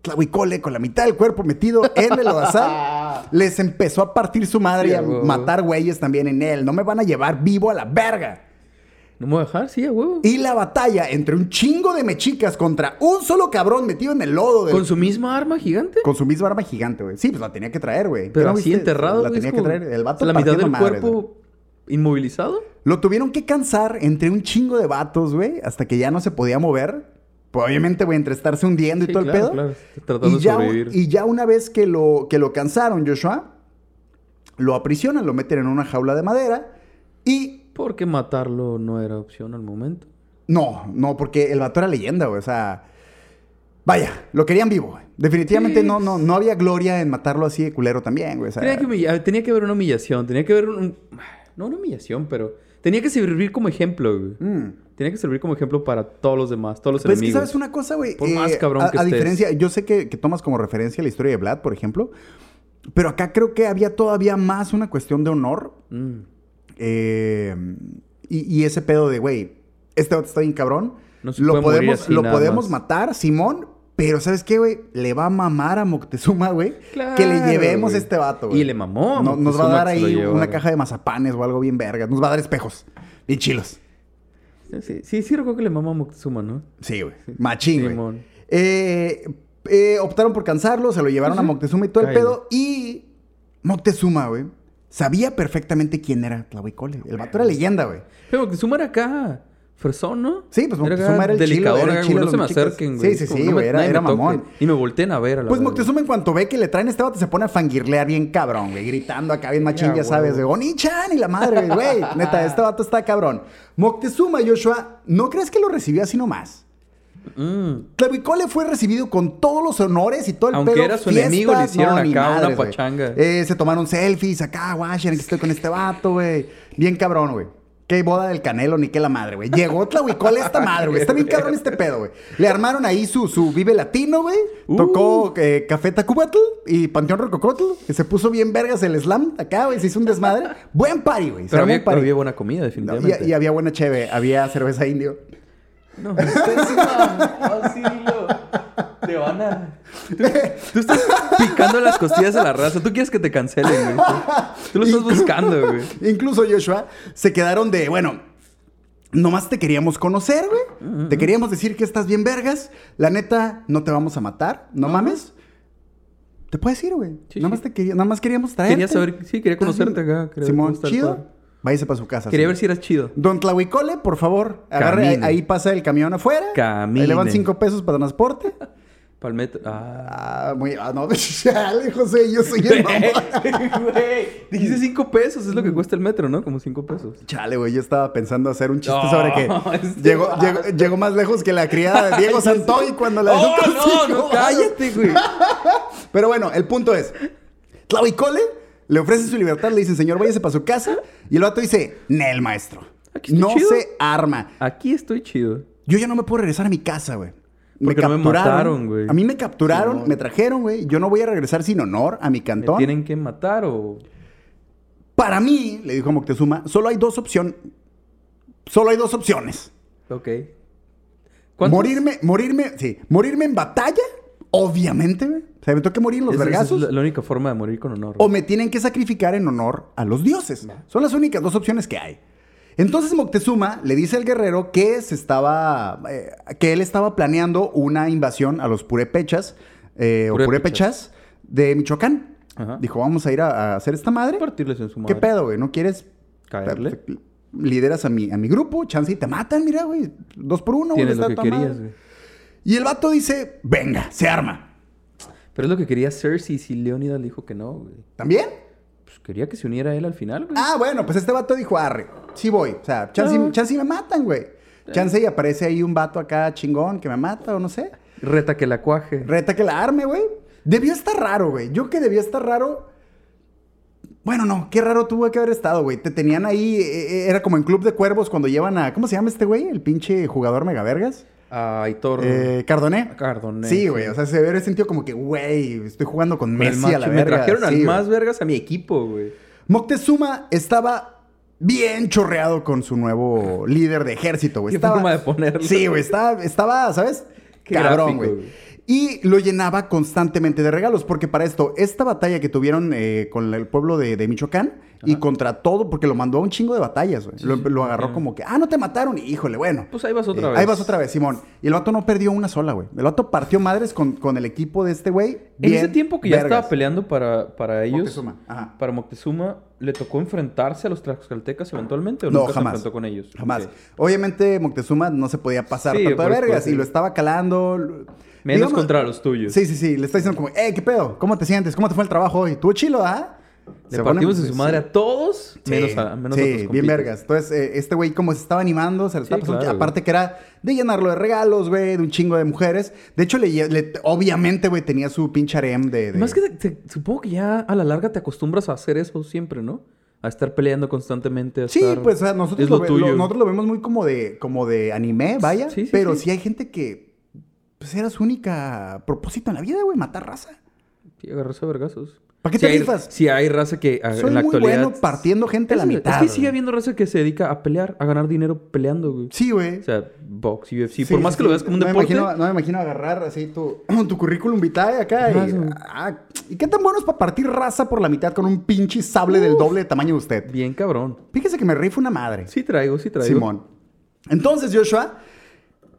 Speaker 1: Tlahuicole con la mitad del cuerpo metido en el lodazal. les empezó a partir su madre y a
Speaker 2: Sí, güey.
Speaker 1: matar güeyes también en él. No me van a llevar vivo a la verga.
Speaker 2: No me voy a dejar, sí, a huevo.
Speaker 1: Y la batalla entre un chingo de mechicas contra un solo cabrón metido en el lodo del
Speaker 2: Con su misma arma gigante.
Speaker 1: con su misma arma gigante, güey. Sí, pues la tenía que traer, güey.
Speaker 2: Pero
Speaker 1: ¿Qué no
Speaker 2: así
Speaker 1: viste?
Speaker 2: enterrado,
Speaker 1: La
Speaker 2: güey, es
Speaker 1: tenía que
Speaker 2: como
Speaker 1: traer. El vato
Speaker 2: La mitad
Speaker 1: partiendo
Speaker 2: del
Speaker 1: madres, güey.
Speaker 2: cuerpo inmovilizado.
Speaker 1: Lo tuvieron que cansar entre un chingo de vatos, güey, hasta que ya no se podía mover. Pues obviamente, güey, entre estarse hundiendo y
Speaker 2: Sí,
Speaker 1: todo el
Speaker 2: claro,
Speaker 1: pedo.
Speaker 2: claro. Tratando
Speaker 1: y,
Speaker 2: de
Speaker 1: ya,
Speaker 2: sobrevivir.
Speaker 1: y ya una vez que lo, que lo cansaron, Joshua, lo aprisionan, lo meten en una jaula de madera y
Speaker 2: Porque matarlo no era opción al momento.
Speaker 1: No, no, porque el vato era leyenda, güey. O sea. Vaya, lo querían vivo, güey. Definitivamente
Speaker 2: Sí.
Speaker 1: no, no, no había gloria en matarlo así de culero también, güey. O sea, mm.
Speaker 2: Tenía que, humilla- tenía que haber una humillación. Tenía que haber un, un- No una humillación, pero... Tenía que servir como ejemplo, güey.
Speaker 1: Mm.
Speaker 2: Tenía que servir como ejemplo para todos los demás, todos los
Speaker 1: Pues es que
Speaker 2: enemigos.
Speaker 1: sabes una cosa, güey. Eh,
Speaker 2: Por más cabrón
Speaker 1: a,
Speaker 2: que
Speaker 1: a
Speaker 2: estés.
Speaker 1: diferencia, yo sé que, que tomas como referencia la historia de Vlad, por ejemplo. Pero acá creo que había todavía más una cuestión de honor.
Speaker 2: Mm.
Speaker 1: eh, y, y ese pedo de, güey, este vato está bien cabrón.
Speaker 2: No se
Speaker 1: lo
Speaker 2: puede morir
Speaker 1: podemos,
Speaker 2: así
Speaker 1: lo
Speaker 2: nada
Speaker 1: podemos
Speaker 2: más.
Speaker 1: matar, Simón. Pero, ¿sabes qué, güey? Le va a mamar a Moctezuma, güey. que le
Speaker 2: Claro,
Speaker 1: llevemos
Speaker 2: güey.
Speaker 1: este vato, güey.
Speaker 2: Y le mamó a
Speaker 1: No- nos va a
Speaker 2: Moctezuma
Speaker 1: dar
Speaker 2: que se lo
Speaker 1: ahí
Speaker 2: llevara.
Speaker 1: una caja de mazapanes o algo bien vergas. Nos va a dar espejos. Bien chilos.
Speaker 2: Sí, sí, sí recuerdo que le mamó a Moctezuma, ¿no?
Speaker 1: Sí, güey. Machín, güey.
Speaker 2: Simón.
Speaker 1: Eh, eh, optaron por cansarlo, se lo llevaron a Moctezuma y todo el
Speaker 2: Cáele.
Speaker 1: pedo. Y Moctezuma, güey, sabía perfectamente quién era Tlahuicole. El vato era leyenda, güey.
Speaker 2: Pero Moctezuma era acá. Fresón, ¿no?
Speaker 1: Sí, pues,
Speaker 2: acá
Speaker 1: Moctezuma era el chilo,
Speaker 2: delicador,
Speaker 1: era el
Speaker 2: acá,
Speaker 1: chilo
Speaker 2: güey,
Speaker 1: de
Speaker 2: No se me
Speaker 1: los mexicas.
Speaker 2: acerquen,
Speaker 1: Sí,
Speaker 2: güey.
Speaker 1: sí,
Speaker 2: Es como
Speaker 1: sí,
Speaker 2: que no me-
Speaker 1: güey, era-
Speaker 2: nadie me
Speaker 1: era
Speaker 2: toque.
Speaker 1: mamón.
Speaker 2: Y me volteen a ver a la
Speaker 1: Pues
Speaker 2: verga.
Speaker 1: Moctezuma en cuanto ve que le traen a este vato se pone a fangirlear bien cabrón, güey, gritando acá bien machín,
Speaker 2: Ya,
Speaker 1: ya sabes, de
Speaker 2: huevo.
Speaker 1: Oni-chan y la madre, güey, güey, neta, este vato está cabrón. Moctezuma, Joshua, ¿no crees que lo recibió así nomás?
Speaker 2: Mm.
Speaker 1: Clavicole fue recibido con todos los honores y todo el
Speaker 2: Aunque
Speaker 1: pedo,
Speaker 2: era su enemigo, le hicieron
Speaker 1: ni
Speaker 2: acá una
Speaker 1: güey.
Speaker 2: pachanga.
Speaker 1: Eh, se tomaron selfies acá, Washington, que estoy con este vato, güey. Bien cabrón, güey. Qué boda del canelo, ni qué la madre, güey. Llegó Tlahuicole esta madre, güey. Está bien cabrón este pedo, güey. Le armaron ahí su, su Vive Latino, güey.
Speaker 2: Uh.
Speaker 1: Tocó eh, Café Tacubatl y Panteón Rococotl. Que se puso bien vergas el slam acá, güey. Se hizo un desmadre. Buen party, güey. Se
Speaker 2: Pero
Speaker 1: armó un
Speaker 2: había,
Speaker 1: party.
Speaker 2: había buena comida,
Speaker 1: No, y-
Speaker 2: definitivamente.
Speaker 1: y, había buena cheve. Había cerveza indio.
Speaker 2: No, auxilio. Te van a. Tú, tú estás picando las costillas a la raza. Tú quieres que te cancelen, güey. Tú lo estás buscando, güey.
Speaker 1: Incluso Joshua se quedaron de, bueno, nomás te queríamos conocer, güey. Te queríamos decir que estás bien vergas. La neta, no te vamos a matar, no mames. Te puedes ir, güey.
Speaker 2: Sí,
Speaker 1: nada,
Speaker 2: sí.
Speaker 1: más te quería- nada más queríamos traerte.
Speaker 2: Quería saber, sí, quería conocerte acá. Quería ver cómo
Speaker 1: Simón,
Speaker 2: está el
Speaker 1: chido.
Speaker 2: cuadro.
Speaker 1: Váyase para su casa.
Speaker 2: Quería
Speaker 1: señor.
Speaker 2: ver si eras chido.
Speaker 1: Don Tlahuicole, por favor, agarre, ahí,
Speaker 2: Camine.
Speaker 1: ahí pasa el camión afuera.
Speaker 2: Camine.
Speaker 1: Ahí le van cinco pesos para transporte.
Speaker 2: Palmetto. Ah.
Speaker 1: Ah, muy... Ah, no, chale, José, yo soy el mamón.
Speaker 2: Güey, dijiste cinco pesos, es lo que cuesta el metro, ¿no? Como cinco pesos.
Speaker 1: Chale, güey, yo estaba pensando hacer un chiste
Speaker 2: No,
Speaker 1: sobre que
Speaker 2: este
Speaker 1: llegó,
Speaker 2: vato.
Speaker 1: llegó, llegó más lejos que la criada de Diego Santoy cuando la dejó
Speaker 2: ¡Oh,
Speaker 1: con
Speaker 2: no!
Speaker 1: cinco
Speaker 2: ¡No,
Speaker 1: varos.
Speaker 2: cállate, güey!
Speaker 1: Pero bueno, el punto es, Tlahuicole le ofrece su libertad, le dicen, señor, váyase para su casa. Y el vato dice, Nel, maestro,
Speaker 2: Aquí estoy
Speaker 1: no
Speaker 2: chido.
Speaker 1: se arma.
Speaker 2: Aquí estoy chido.
Speaker 1: Yo ya no me puedo regresar a mi casa, güey.
Speaker 2: Porque no me mataron, güey.
Speaker 1: A mí me capturaron,
Speaker 2: No.
Speaker 1: me trajeron, güey. Yo no voy a regresar sin honor a mi
Speaker 2: ¿Me
Speaker 1: cantón.
Speaker 2: tienen que matar o...?
Speaker 1: Para mí, le dijo Moctezuma, solo hay dos opciones. Solo hay dos opciones.
Speaker 2: Ok. ¿Cuántos?
Speaker 1: Morirme, morirme, sí, morirme en batalla, obviamente, güey. O sea, me tengo que morir en los
Speaker 2: Esa- esa
Speaker 1: vergazos.
Speaker 2: es la, la única forma de morir con honor.
Speaker 1: O me tienen que sacrificar en honor a los dioses. Son las únicas dos opciones que hay. Entonces Moctezuma le dice al guerrero que se estaba. eh, que él estaba planeando una invasión a los purépechas. eh, o
Speaker 2: Purépechas.
Speaker 1: purépechas de Michoacán.
Speaker 2: Ajá.
Speaker 1: Dijo, vamos a ir a, a hacer esta madre.
Speaker 2: Partirles en su madre.
Speaker 1: ¿Qué pedo, güey? ¿No quieres
Speaker 2: Caerle.
Speaker 1: Lideras a mi, a mi grupo, chance y te matan, mira, güey. Dos por uno, güey.
Speaker 2: Tienes
Speaker 1: está
Speaker 2: lo que
Speaker 1: toda madre.
Speaker 2: querías, güey.
Speaker 1: Y el vato dice, venga, se arma.
Speaker 2: Pero es lo que quería Cersei si Leónidas le dijo que no, güey.
Speaker 1: ¿También?
Speaker 2: Pues quería que se uniera él al final, güey.
Speaker 1: Ah, bueno, pues este vato dijo, arre, sí voy. O sea, chance,
Speaker 2: No.
Speaker 1: chance y me matan, güey. Chance y aparece ahí un vato acá chingón que me mata o no sé.
Speaker 2: Reta que la cuaje.
Speaker 1: Reta que la arme, güey. Debió estar raro, güey. Yo que debió estar raro. Bueno, no, qué raro tuvo que haber estado, güey. Te tenían ahí, eh, eh, era como en Club de Cuervos cuando llevan a. ¿Cómo se llama este güey? El pinche jugador megavergas.
Speaker 2: A Aitor
Speaker 1: Eh, Cardoné.
Speaker 2: Cardoné.
Speaker 1: Sí, güey. O sea, se hubiera sentido como que, güey, estoy jugando con
Speaker 2: Con el
Speaker 1: Messi
Speaker 2: macho.
Speaker 1: a la
Speaker 2: Me
Speaker 1: verga.
Speaker 2: trajeron
Speaker 1: Sí,
Speaker 2: al
Speaker 1: güey.
Speaker 2: más vergas a mi equipo, güey.
Speaker 1: Moctezuma estaba bien chorreado con su nuevo líder de ejército, güey.
Speaker 2: Qué
Speaker 1: Pues Estaba-
Speaker 2: forma de ponerlo.
Speaker 1: Sí, güey, estaba, estaba, ¿sabes?
Speaker 2: Qué
Speaker 1: Cabrón,
Speaker 2: gráfico,
Speaker 1: güey.
Speaker 2: güey.
Speaker 1: Y lo llenaba constantemente de regalos, porque para esto, esta batalla que tuvieron eh, con el pueblo de, de Michoacán y contra todo, porque lo mandó a un chingo de batallas, güey. lo, lo agarró como que, ah, no te mataron, y híjole, bueno.
Speaker 2: Pues ahí vas otra
Speaker 1: Eh,
Speaker 2: vez.
Speaker 1: Ahí vas otra vez, Simón. Y el vato no perdió una sola, güey. El vato partió madres con, con el equipo de este güey.
Speaker 2: En ese
Speaker 1: bien
Speaker 2: tiempo que ya
Speaker 1: vergas.
Speaker 2: estaba peleando para, para ellos,
Speaker 1: Moctezuma, ajá.
Speaker 2: para Moctezuma, ¿le tocó enfrentarse a los Tlaxcaltecas eventualmente o
Speaker 1: No,
Speaker 2: nunca
Speaker 1: jamás.
Speaker 2: se enfrentó con ellos?
Speaker 1: Jamás.
Speaker 2: Ok.
Speaker 1: Obviamente Moctezuma no se podía pasar
Speaker 2: Sí,
Speaker 1: tanto de
Speaker 2: por supuesto,
Speaker 1: vergas y
Speaker 2: sí.
Speaker 1: lo estaba calando.
Speaker 2: Menos
Speaker 1: Digamos-
Speaker 2: contra los tuyos.
Speaker 1: Sí, sí, sí. Le está diciendo como, eh, ¿qué pedo? ¿Cómo te sientes? ¿Cómo te fue el trabajo hoy? ¿Tú chilo, ah?
Speaker 2: Le
Speaker 1: Se
Speaker 2: partimos
Speaker 1: ponen-
Speaker 2: en su madre a todos,
Speaker 1: Sí,
Speaker 2: menos a menos
Speaker 1: sí,
Speaker 2: a tus
Speaker 1: bien
Speaker 2: compitas.
Speaker 1: vergas. Entonces, eh, este güey como se estaba animando, se le estaba
Speaker 2: Sí,
Speaker 1: pasando-
Speaker 2: claro, güey.
Speaker 1: Aparte que era de llenarlo de regalos, güey, de un chingo de mujeres. De hecho, le, lle- le- obviamente, güey, tenía su pinche harem de... de-
Speaker 2: Más que te- te- supongo que ya a la larga te acostumbras a hacer eso siempre, ¿no? A estar peleando constantemente. A
Speaker 1: Sí,
Speaker 2: estar-
Speaker 1: pues o sea, nosotros
Speaker 2: es
Speaker 1: lo,
Speaker 2: lo
Speaker 1: ve-
Speaker 2: tuyo.
Speaker 1: lo- nosotros lo vemos muy como de, como de anime, vaya.
Speaker 2: Sí, sí,
Speaker 1: pero sí.
Speaker 2: sí.
Speaker 1: hay gente que pues era su única propósito en la vida, güey, matar raza.
Speaker 2: Sí, agarrarse a vergazos.
Speaker 1: ¿Para qué
Speaker 2: Si
Speaker 1: te
Speaker 2: hay-
Speaker 1: rifas?
Speaker 2: Si hay raza que a-
Speaker 1: Soy
Speaker 2: Ah, en la
Speaker 1: muy
Speaker 2: actualidad.
Speaker 1: bueno partiendo gente a la
Speaker 2: Es-
Speaker 1: mitad.
Speaker 2: Es que sigue
Speaker 1: güey.
Speaker 2: habiendo raza que se dedica a pelear, a ganar dinero peleando, güey.
Speaker 1: Sí, güey.
Speaker 2: O sea, box,
Speaker 1: Sí,
Speaker 2: UFC. Por más
Speaker 1: sí,
Speaker 2: que lo
Speaker 1: sí.
Speaker 2: veas como un
Speaker 1: no
Speaker 2: deporte.
Speaker 1: Me imagino, no me imagino agarrar así tu, tu currículum vitae acá
Speaker 2: Ajá,
Speaker 1: y...
Speaker 2: sí.
Speaker 1: ah, ¿Y qué tan bueno es para partir raza por la mitad con un pinche sable del doble de tamaño de usted?
Speaker 2: Bien cabrón.
Speaker 1: Fíjese que me rifo una madre.
Speaker 2: Sí traigo, sí traigo.
Speaker 1: Simón. Entonces, Joshua,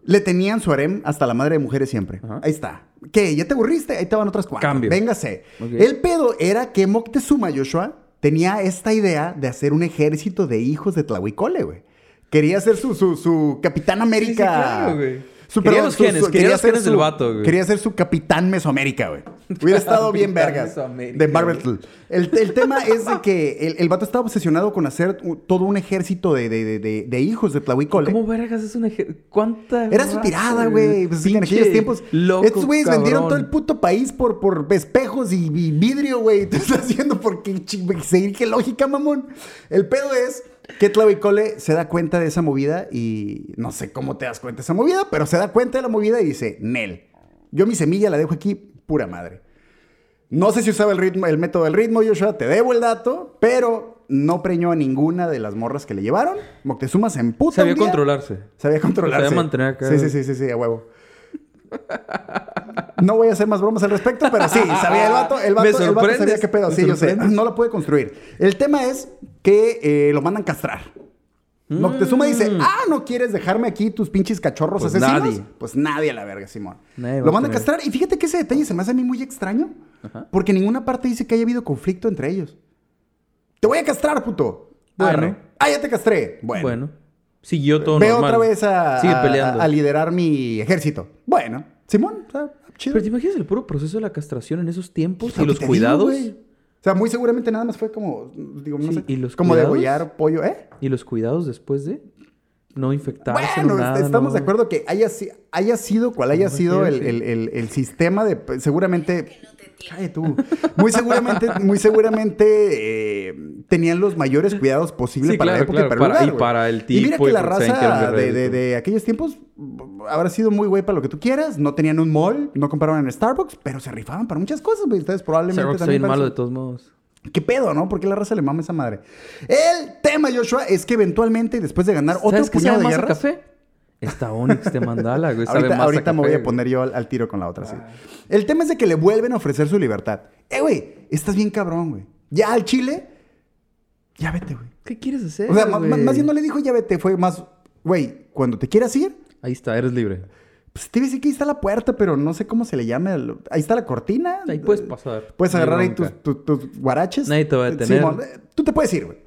Speaker 1: le tenían su harem hasta la madre de mujeres siempre.
Speaker 2: Ajá.
Speaker 1: Ahí está. ¿Qué? ¿Ya te aburriste? Ahí te van otras cuatro.
Speaker 2: Cambio.
Speaker 1: Véngase.
Speaker 2: Ok.
Speaker 1: El pedo era que Moctezuma, Joshua, tenía esta idea de hacer un ejército de hijos de Tlahuicole, güey. Quería ser su, su, su Capitán América.
Speaker 2: claro, güey.
Speaker 1: Su-
Speaker 2: Quería
Speaker 1: perdón,
Speaker 2: los
Speaker 1: su-
Speaker 2: genes,
Speaker 1: su-
Speaker 2: quería los
Speaker 1: ser
Speaker 2: genes del
Speaker 1: su-
Speaker 2: vato, güey.
Speaker 1: Quería ser su Capitán Mesoamérica, güey. Hubiera estado bien
Speaker 2: Capitán
Speaker 1: vergas.
Speaker 2: Mesoamérica,
Speaker 1: De
Speaker 2: güey.
Speaker 1: Marvel el, el tema es de que el, el vato estaba obsesionado con hacer u- todo un ejército de, de- de- de- de hijos de Tlahuicole.
Speaker 2: ¿Cómo vergas es un ej... ¿Cuánta.
Speaker 1: Era su
Speaker 2: raza,
Speaker 1: tirada, güey. Pues, en
Speaker 2: Pinche
Speaker 1: aquellos tiempos,
Speaker 2: Loco,
Speaker 1: estos güeyes vendieron
Speaker 2: cabrón.
Speaker 1: todo el puto país por, por espejos y, y vidrio, güey. Te estás haciendo porque ching- seguir qué lógica, mamón. El pedo es que Tlavicole se da cuenta de esa movida y no sé cómo te das cuenta de esa movida, pero se da cuenta de la movida y dice, Nel, yo mi semilla la dejo aquí, pura madre. No sé si usaba el ritmo, el método del ritmo, Joshua, te debo el dato, pero no preñó a ninguna de las morras que le llevaron. Moctezuma se emputa.
Speaker 2: Sabía
Speaker 1: un día.
Speaker 2: controlarse.
Speaker 1: Sabía controlarse.
Speaker 2: Sabía mantener acá.
Speaker 1: Sí, sí, sí, sí, sí, a huevo. No voy a hacer más bromas al respecto, pero sí, sabía el vato, el vato,
Speaker 2: Me
Speaker 1: el vato
Speaker 2: sorprendes,
Speaker 1: sabía qué pedo,
Speaker 2: me
Speaker 1: sí, yo sé,
Speaker 2: sorprendes.
Speaker 1: no lo puede construir. El tema es que eh, lo mandan castrar. Moctezuma dice, ah, ¿no quieres dejarme aquí tus pinches cachorros
Speaker 2: Mm. Pues
Speaker 1: asesinos?
Speaker 2: nadie.
Speaker 1: Pues nadie a la verga, Simón.
Speaker 2: Nadie va
Speaker 1: lo
Speaker 2: a
Speaker 1: mandan
Speaker 2: tener.
Speaker 1: castrar y fíjate que ese detalle se me hace a mí muy extraño, porque ninguna parte dice que haya habido conflicto entre ellos. Te voy a castrar, puto.
Speaker 2: Bueno.
Speaker 1: Arre. Ah, ya te castré.
Speaker 2: Bueno.
Speaker 1: Bueno.
Speaker 2: Siguió todo
Speaker 1: Veo
Speaker 2: normal.
Speaker 1: otra vez a,
Speaker 2: Sigue
Speaker 1: a-
Speaker 2: peleando.
Speaker 1: a liderar mi ejército. Bueno, Simón, o sea, chido.
Speaker 2: Pero te imaginas el puro proceso de la castración en esos tiempos
Speaker 1: Lo que
Speaker 2: y los
Speaker 1: te digo,
Speaker 2: cuidados.
Speaker 1: güey. o sea, muy seguramente nada más fue como, digo, no
Speaker 2: Sí,
Speaker 1: sé,
Speaker 2: ¿y los
Speaker 1: como
Speaker 2: cuidados?
Speaker 1: degollar pollo, ¿eh?
Speaker 2: y los cuidados después de no infectarse.
Speaker 1: bueno, este,
Speaker 2: no nada,
Speaker 1: estamos
Speaker 2: no-
Speaker 1: de acuerdo que haya, si- haya sido cual haya
Speaker 2: No,
Speaker 1: sido el,
Speaker 2: sí.
Speaker 1: el- el- el sistema de, pues, seguramente, Cállate tú, muy seguramente, muy seguramente eh, tenían los mayores cuidados posibles
Speaker 2: Sí,
Speaker 1: para la
Speaker 2: claro,
Speaker 1: época y
Speaker 2: claro,
Speaker 1: para el
Speaker 2: para- y
Speaker 1: lugar, güey.
Speaker 2: para el
Speaker 1: Y mira
Speaker 2: tipo
Speaker 1: que
Speaker 2: y
Speaker 1: la
Speaker 2: porque saben que era un
Speaker 1: raza de,
Speaker 2: guerrero y
Speaker 1: de-
Speaker 2: todo.
Speaker 1: de aquellos tiempos mm, habrá sido muy güey para lo que tú quieras, no tenían un mall, no compraban en Starbucks, pero se rifaban para muchas cosas, güey, ustedes probablemente
Speaker 2: Starbucks está
Speaker 1: también
Speaker 2: bien
Speaker 1: para
Speaker 2: malo
Speaker 1: eso-
Speaker 2: de todos modos.
Speaker 1: ¿Qué pedo, no? ¿Por qué la raza le mama esa madre? El tema, Joshua, es que eventualmente, después de ganar otro
Speaker 2: ¿Sabes qué
Speaker 1: puñado
Speaker 2: sabe
Speaker 1: de
Speaker 2: más a
Speaker 1: guerras...
Speaker 2: café? Esta Onyx de mandala, güey. sabe
Speaker 1: Ahorita,
Speaker 2: más a
Speaker 1: ahorita me
Speaker 2: café,
Speaker 1: voy a
Speaker 2: güey. Ah.
Speaker 1: poner yo al, al tiro con la otra, sí. El tema es de que le vuelven a ofrecer su libertad. Eh, güey, estás bien cabrón, güey. Ya al Chile, ya vete, güey.
Speaker 2: ¿Qué quieres hacer?
Speaker 1: O sea, ma- ma-
Speaker 2: güey?
Speaker 1: más bien no le dijo ya vete, fue más, güey, cuando te quieras ir,
Speaker 2: Ahí está, eres libre.
Speaker 1: Pues te iba a decir que ahí está la puerta, pero no sé cómo se le llama. el- Ahí está la cortina.
Speaker 2: Ahí puedes pasar.
Speaker 1: Puedes
Speaker 2: No hay
Speaker 1: agarrar ahí
Speaker 2: bronca.
Speaker 1: tus, tus- tus guaraches.
Speaker 2: Nadie te va a detener.
Speaker 1: Simón, eh, tú te puedes ir, güey.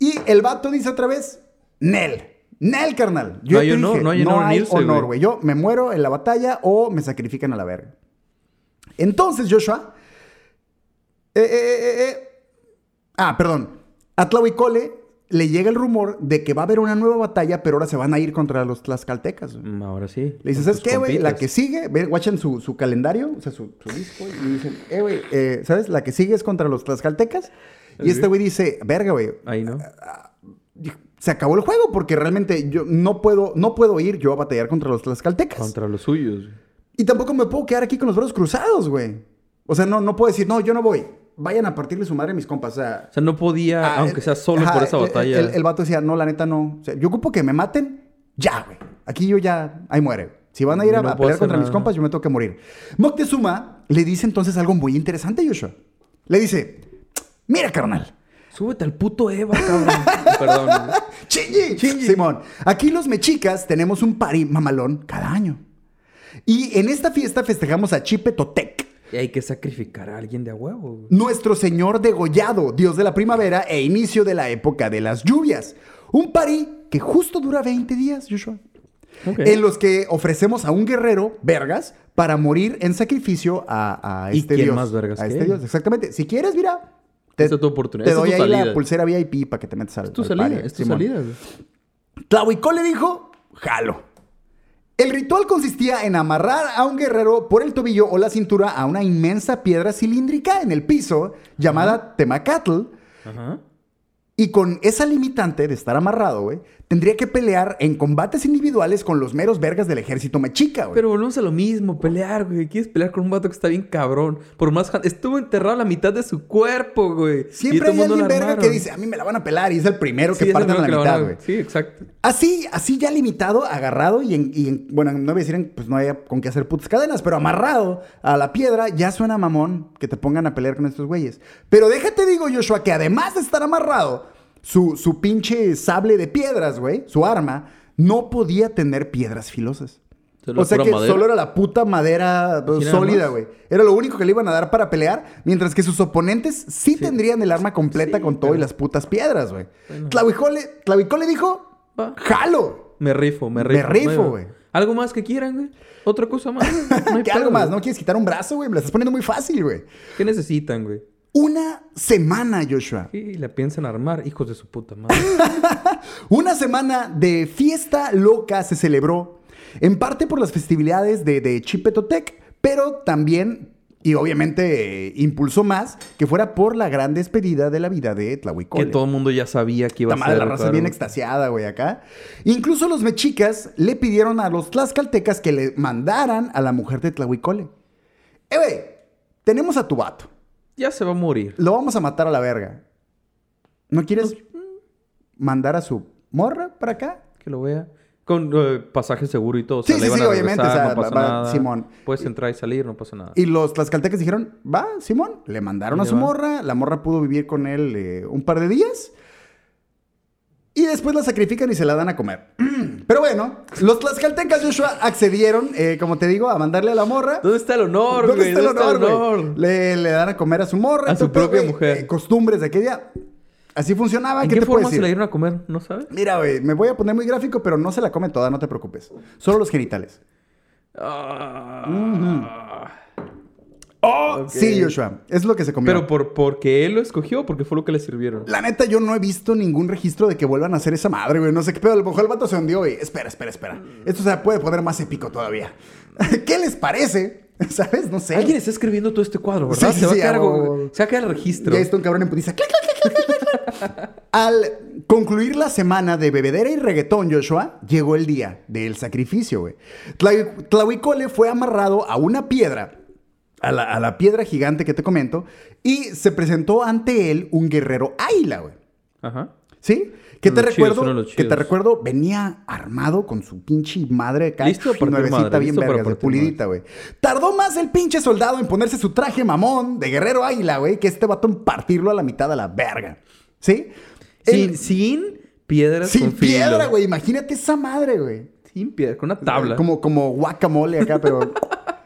Speaker 1: Y el vato dice otra vez, Nel. Nel, carnal.
Speaker 2: No
Speaker 1: ya
Speaker 2: hay
Speaker 1: te
Speaker 2: honor,
Speaker 1: dije,
Speaker 2: no hay honor en
Speaker 1: hay
Speaker 2: irse,
Speaker 1: honor,
Speaker 2: güey.
Speaker 1: güey. Yo me muero en la batalla o me sacrifican a la verga. Entonces, Joshua... eh, eh, eh, eh, Ah, perdón. A Tlahuicole le llega el rumor de que va a haber una nueva batalla, pero ahora se van a ir contra los tlaxcaltecas, güey.
Speaker 2: Mm, Ahora sí.
Speaker 1: Le dices,
Speaker 2: Con
Speaker 1: ¿sabes
Speaker 2: tus
Speaker 1: qué, güey? La
Speaker 2: compitas.
Speaker 1: que sigue, ve, guachan su, su calendario, o sea, su, su disco, y dicen, eh, güey, eh, ¿sabes? La que sigue es contra los tlaxcaltecas. Y
Speaker 2: Ok.
Speaker 1: este güey dice, verga, güey,
Speaker 2: Ahí no.
Speaker 1: Ah, se acabó el juego porque realmente yo no puedo, no puedo ir yo a batallar contra los tlaxcaltecas.
Speaker 2: Contra los suyos. güey.
Speaker 1: Y tampoco me puedo quedar aquí con los brazos cruzados, güey. O sea, no, no puedo decir, no, yo no voy. Vayan a partirle su madre a mis compas, o sea...
Speaker 2: O sea, no podía,
Speaker 1: ah,
Speaker 2: aunque
Speaker 1: eh,
Speaker 2: sea solo
Speaker 1: ajá,
Speaker 2: por esa
Speaker 1: el-
Speaker 2: batalla.
Speaker 1: El, el vato decía, no, la neta no. O sea, yo ocupo que me maten ya, güey. Aquí yo ya, ahí muere. Si van a ir
Speaker 2: Yo
Speaker 1: a,
Speaker 2: no
Speaker 1: a
Speaker 2: puedo
Speaker 1: pelear
Speaker 2: hacer
Speaker 1: contra mis
Speaker 2: nada.
Speaker 1: compas, yo me tengo que morir. Moctezuma le dice entonces algo muy interesante, Joshua. Le dice, mira, carnal.
Speaker 2: Súbete al puto Eva, cabrón. Perdón. güey.
Speaker 1: Chingy, Simón, aquí los mexicas tenemos un party mamalón cada año. Y en esta fiesta festejamos a Chipe Totec,
Speaker 2: Y hay que sacrificar a alguien de a huevo. güey.
Speaker 1: nuestro señor degollado, dios de la primavera e inicio de la época de las lluvias. Un party que justo dura 20 días, Joshua.
Speaker 2: Ok.
Speaker 1: En los que ofrecemos a un guerrero, vergas, para morir en sacrificio a, a
Speaker 2: ¿Y
Speaker 1: este
Speaker 2: quién
Speaker 1: dios.
Speaker 2: más vergas
Speaker 1: a
Speaker 2: que
Speaker 1: este
Speaker 2: él?
Speaker 1: dios, exactamente. Si quieres, mira. Te,
Speaker 2: Esa es tu oportunidad,
Speaker 1: te
Speaker 2: esa es
Speaker 1: doy
Speaker 2: tu
Speaker 1: ahí la
Speaker 2: salida.
Speaker 1: pulsera VIP para que te metas al
Speaker 2: Es tu
Speaker 1: al
Speaker 2: salida,
Speaker 1: party,
Speaker 2: es tu
Speaker 1: Simón.
Speaker 2: salida. güey.
Speaker 1: Tlahuicó le dijo, jalo. El ritual consistía en amarrar a un guerrero por el tobillo o la cintura a una inmensa piedra cilíndrica en el piso llamada Temacatl
Speaker 2: Ajá.
Speaker 1: y con esa limitante de estar amarrado, güey, tendría que pelear en combates individuales con los meros vergas del ejército mexica, güey.
Speaker 2: Pero volvemos a lo mismo, pelear, güey. Quieres pelear con un vato que está bien cabrón. Por más... jan- Estuvo enterrado la mitad de su cuerpo, güey. Y todo
Speaker 1: Siempre
Speaker 2: el
Speaker 1: hay
Speaker 2: mundo
Speaker 1: alguien
Speaker 2: la
Speaker 1: verga que
Speaker 2: armaron.
Speaker 1: dice, a mí me la van a pelar y es el primero
Speaker 2: Sí,
Speaker 1: que
Speaker 2: es
Speaker 1: parten
Speaker 2: el
Speaker 1: a la
Speaker 2: primero que la
Speaker 1: mitad,
Speaker 2: van a-
Speaker 1: güey.
Speaker 2: Sí, exacto.
Speaker 1: Así, así ya limitado, agarrado y, en, y en- bueno, no voy a decir, en- pues no hay con qué hacer putas cadenas, pero amarrado a la piedra, ya suena mamón que te pongan a pelear con estos güeyes. Pero déjate, digo, Joshua, que además de estar amarrado, su, su pinche sable de piedras, güey, su arma, no podía tener piedras filosas.
Speaker 2: Solo
Speaker 1: O sea
Speaker 2: pura
Speaker 1: que
Speaker 2: madera.
Speaker 1: solo era la puta madera pues,
Speaker 2: Así nada
Speaker 1: sólida,
Speaker 2: más.
Speaker 1: güey. Era lo único que le iban a dar para pelear, mientras que sus oponentes sí, tendrían el arma completa
Speaker 2: Sí,
Speaker 1: con todo y
Speaker 2: pero-
Speaker 1: las putas piedras, güey.
Speaker 2: Bueno.
Speaker 1: Tlahuicole, Tlahuicole dijo,
Speaker 2: Va.
Speaker 1: ¡Jalo!
Speaker 2: Me rifo,
Speaker 1: Me
Speaker 2: me rifo.
Speaker 1: rifo,
Speaker 2: No hay-
Speaker 1: güey.
Speaker 2: Algo más que quieran, güey. Otra cosa más. No hay
Speaker 1: ¿Qué algo
Speaker 2: pedo,
Speaker 1: más?
Speaker 2: güey.
Speaker 1: ¿No quieres quitar un brazo, güey? Me la estás poniendo muy fácil, güey.
Speaker 2: ¿Qué necesitan, güey?
Speaker 1: Una semana, Joshua.
Speaker 2: Y la piensan armar, hijos de su puta madre.
Speaker 1: Una semana de fiesta loca se celebró, en parte por las festividades de, de Chipetotec, pero también, y obviamente eh, impulsó más, que fuera por la gran despedida de la vida de
Speaker 2: que
Speaker 1: Tlahuicole.
Speaker 2: todo el mundo ya sabía que iba
Speaker 1: La
Speaker 2: a
Speaker 1: madre
Speaker 2: ser.
Speaker 1: la raza
Speaker 2: claro.
Speaker 1: bien extasiada, güey, acá. Incluso los mexicas le pidieron a los tlaxcaltecas que le mandaran a la mujer de Tlahuicole. Eh, güey, tenemos a tu vato.
Speaker 2: Ya se va a morir.
Speaker 1: Lo vamos a matar a la verga. ¿No quieres mandar a su morra para acá?
Speaker 2: Que lo vea. Con eh, pasaje seguro y todo. O sea,
Speaker 1: Sí, sí,
Speaker 2: le iban
Speaker 1: sí,
Speaker 2: a
Speaker 1: obviamente,
Speaker 2: regresar,
Speaker 1: o sea,
Speaker 2: no pasa
Speaker 1: va- va,
Speaker 2: nada.
Speaker 1: Simón.
Speaker 2: Puedes entrar y salir, no pasa nada.
Speaker 1: Y los tlaxcaltecas dijeron, va, Simón. Le mandaron a
Speaker 2: Le
Speaker 1: su
Speaker 2: va.
Speaker 1: morra. La morra pudo vivir con él eh, un par de días. Y después la sacrifican y se la dan a comer. Pero bueno, los tlaxcaltecas, Joshua, accedieron, eh, como te digo, a mandarle a la morra.
Speaker 2: ¿Dónde está el honor,
Speaker 1: ¿Dónde
Speaker 2: güey?
Speaker 1: está el honor,
Speaker 2: el
Speaker 1: güey?
Speaker 2: honor?
Speaker 1: Le, le dan a comer a su morra.
Speaker 2: A su
Speaker 1: entonces,
Speaker 2: propia
Speaker 1: güey,
Speaker 2: mujer.
Speaker 1: eh, costumbres de aquel día. Así funcionaba. Ah,
Speaker 2: ¿En
Speaker 1: ¿Qué,
Speaker 2: qué
Speaker 1: te
Speaker 2: forma
Speaker 1: puedes
Speaker 2: se la
Speaker 1: decir?
Speaker 2: dieron a comer? ¿No sabes?
Speaker 1: Mira, güey, me voy a poner muy gráfico, pero no se la come toda, no te preocupes. Solo los genitales.
Speaker 2: Ah. Ok.
Speaker 1: Sí, Joshua, es lo que se comió.
Speaker 2: Oh, Pero por, porque él lo escogió, o porque fue lo que le sirvieron.
Speaker 1: La neta, yo no he visto ningún registro de que vuelvan a hacer esa madre, güey. No sé qué pedo. A lo mejor el vato se hundió, güey. Espera, espera, espera. Esto se puede poner más épico todavía. ¿Qué les parece? ¿Sabes? No sé.
Speaker 2: Alguien está escribiendo todo este cuadro, ¿verdad?
Speaker 1: Sí, sí,
Speaker 2: se, va
Speaker 1: sí,
Speaker 2: a quedar
Speaker 1: a
Speaker 2: algo-
Speaker 1: huevo.
Speaker 2: se va a quedar el registro.
Speaker 1: Ya está un cabrón en putiza. Clac, clac, clac, clac, clac, clac, clac. Al concluir la semana de bebedera y reggaetón, Joshua, llegó el día del sacrificio, güey. Tla- Tlahuicole fue amarrado a una piedra, a la, a la piedra gigante que te comento, y se presentó ante él un guerrero águila, güey.
Speaker 2: Ajá.
Speaker 1: ¿Sí? Que
Speaker 2: Son
Speaker 1: te
Speaker 2: los chidos,
Speaker 1: recuerdo,
Speaker 2: son los
Speaker 1: que te
Speaker 2: chidos.
Speaker 1: recuerdo, venía armado con su pinche madre acá,
Speaker 2: Listo para partir
Speaker 1: nuevecita
Speaker 2: madre,
Speaker 1: bien
Speaker 2: listo para
Speaker 1: vergas, de
Speaker 2: partir madre.
Speaker 1: pulidita, güey. Tardó más el pinche soldado en ponerse su traje mamón de guerrero águila, güey, que este vato en partirlo a la mitad a la verga. ¿Sí?
Speaker 2: Sin,
Speaker 1: El-
Speaker 2: sin piedras
Speaker 1: sin
Speaker 2: con filo.
Speaker 1: piedra, güey, imagínate esa madre, güey.
Speaker 2: Sin piedra, con una tabla.
Speaker 1: Eh, Como, como guacamole acá, pero. El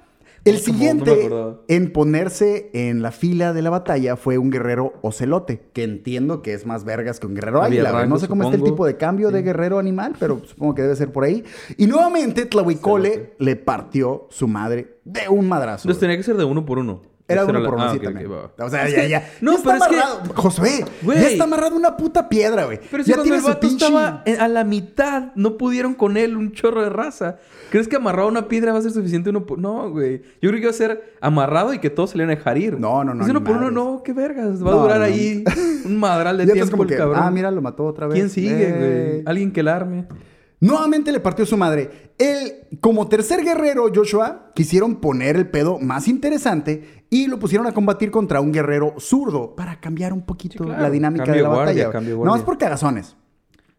Speaker 2: Guacamole, no me
Speaker 1: siguiente
Speaker 2: acordaba.
Speaker 1: en ponerse en la fila de la batalla fue un guerrero ocelote, que entiendo que es más vergas que un guerrero
Speaker 2: Había
Speaker 1: águila. güey. No
Speaker 2: rango,
Speaker 1: sé cómo está el
Speaker 2: supongo.
Speaker 1: tipo de cambio de
Speaker 2: Sí.
Speaker 1: guerrero animal, pero supongo que debe ser por ahí. Y nuevamente Tlahuicole
Speaker 2: Ocelote.
Speaker 1: le partió su madre de un madrazo.
Speaker 2: Entonces
Speaker 1: güey.
Speaker 2: tenía que ser de uno por uno.
Speaker 1: Era
Speaker 2: Esa
Speaker 1: uno por
Speaker 2: la-
Speaker 1: uno,
Speaker 2: ah,
Speaker 1: sí,
Speaker 2: ok, ok,
Speaker 1: también.
Speaker 2: va, va.
Speaker 1: O sea, ya, ya.
Speaker 2: No,
Speaker 1: ya está
Speaker 2: pero es que-
Speaker 1: amarrado. Josué,
Speaker 2: Güey.
Speaker 1: ya está amarrado una puta piedra, güey.
Speaker 2: Pero si
Speaker 1: ya
Speaker 2: cuando el
Speaker 1: su
Speaker 2: vato
Speaker 1: pinche-
Speaker 2: estaba en- a la mitad, no pudieron con él un chorro de raza. ¿Crees que amarrado a una piedra va a ser suficiente uno por... No, güey. Yo creo que iba a ser amarrado y que todos se le iban a dejar ir.
Speaker 1: No, no, no,
Speaker 2: Es uno
Speaker 1: ni
Speaker 2: por uno,
Speaker 1: madres.
Speaker 2: no, qué vergas. Va
Speaker 1: No,
Speaker 2: a durar
Speaker 1: no, no.
Speaker 2: ahí un madral de
Speaker 1: Ya estás
Speaker 2: tiempo
Speaker 1: como
Speaker 2: el
Speaker 1: que,
Speaker 2: cabrón.
Speaker 1: ah, mira, lo mató otra vez.
Speaker 2: ¿Quién sigue, güey?
Speaker 1: Eh.
Speaker 2: Alguien que la arme.
Speaker 1: Nuevamente le partió su madre. Él, como tercer guerrero, Joshua, quisieron poner el pedo más interesante y lo pusieron a combatir contra un guerrero zurdo para cambiar un poquito
Speaker 2: Sí, claro.
Speaker 1: la dinámica de
Speaker 2: Cambio
Speaker 1: la
Speaker 2: de guardia,
Speaker 1: batalla.
Speaker 2: cambio de
Speaker 1: No más
Speaker 2: guardia.
Speaker 1: por cagazones.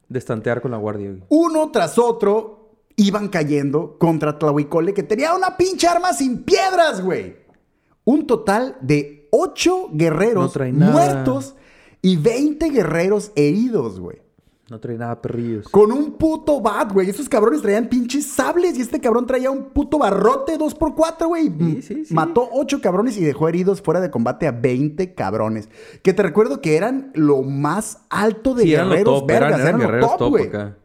Speaker 2: De estantear con la guardia, güey.
Speaker 1: Uno tras otro iban cayendo contra Tlahuicole, que tenía una pinche arma sin piedras, güey. Un total de ocho
Speaker 2: No
Speaker 1: guerreros
Speaker 2: trae nada.
Speaker 1: muertos y 20 guerreros heridos, güey.
Speaker 2: No trae nada, perrillos.
Speaker 1: Con un puto bat, güey. Esos cabrones traían pinches sables y este cabrón traía un puto barrote 2x4, güey.
Speaker 2: Sí, sí, sí.
Speaker 1: Mató 8 cabrones y dejó heridos fuera de combate a 20 cabrones. Que te recuerdo que eran lo más alto de
Speaker 2: Sí, eran lo
Speaker 1: guerreros
Speaker 2: top,
Speaker 1: vergas.
Speaker 2: eran, eran
Speaker 1: lo
Speaker 2: guerreros top,
Speaker 1: güey.
Speaker 2: acá.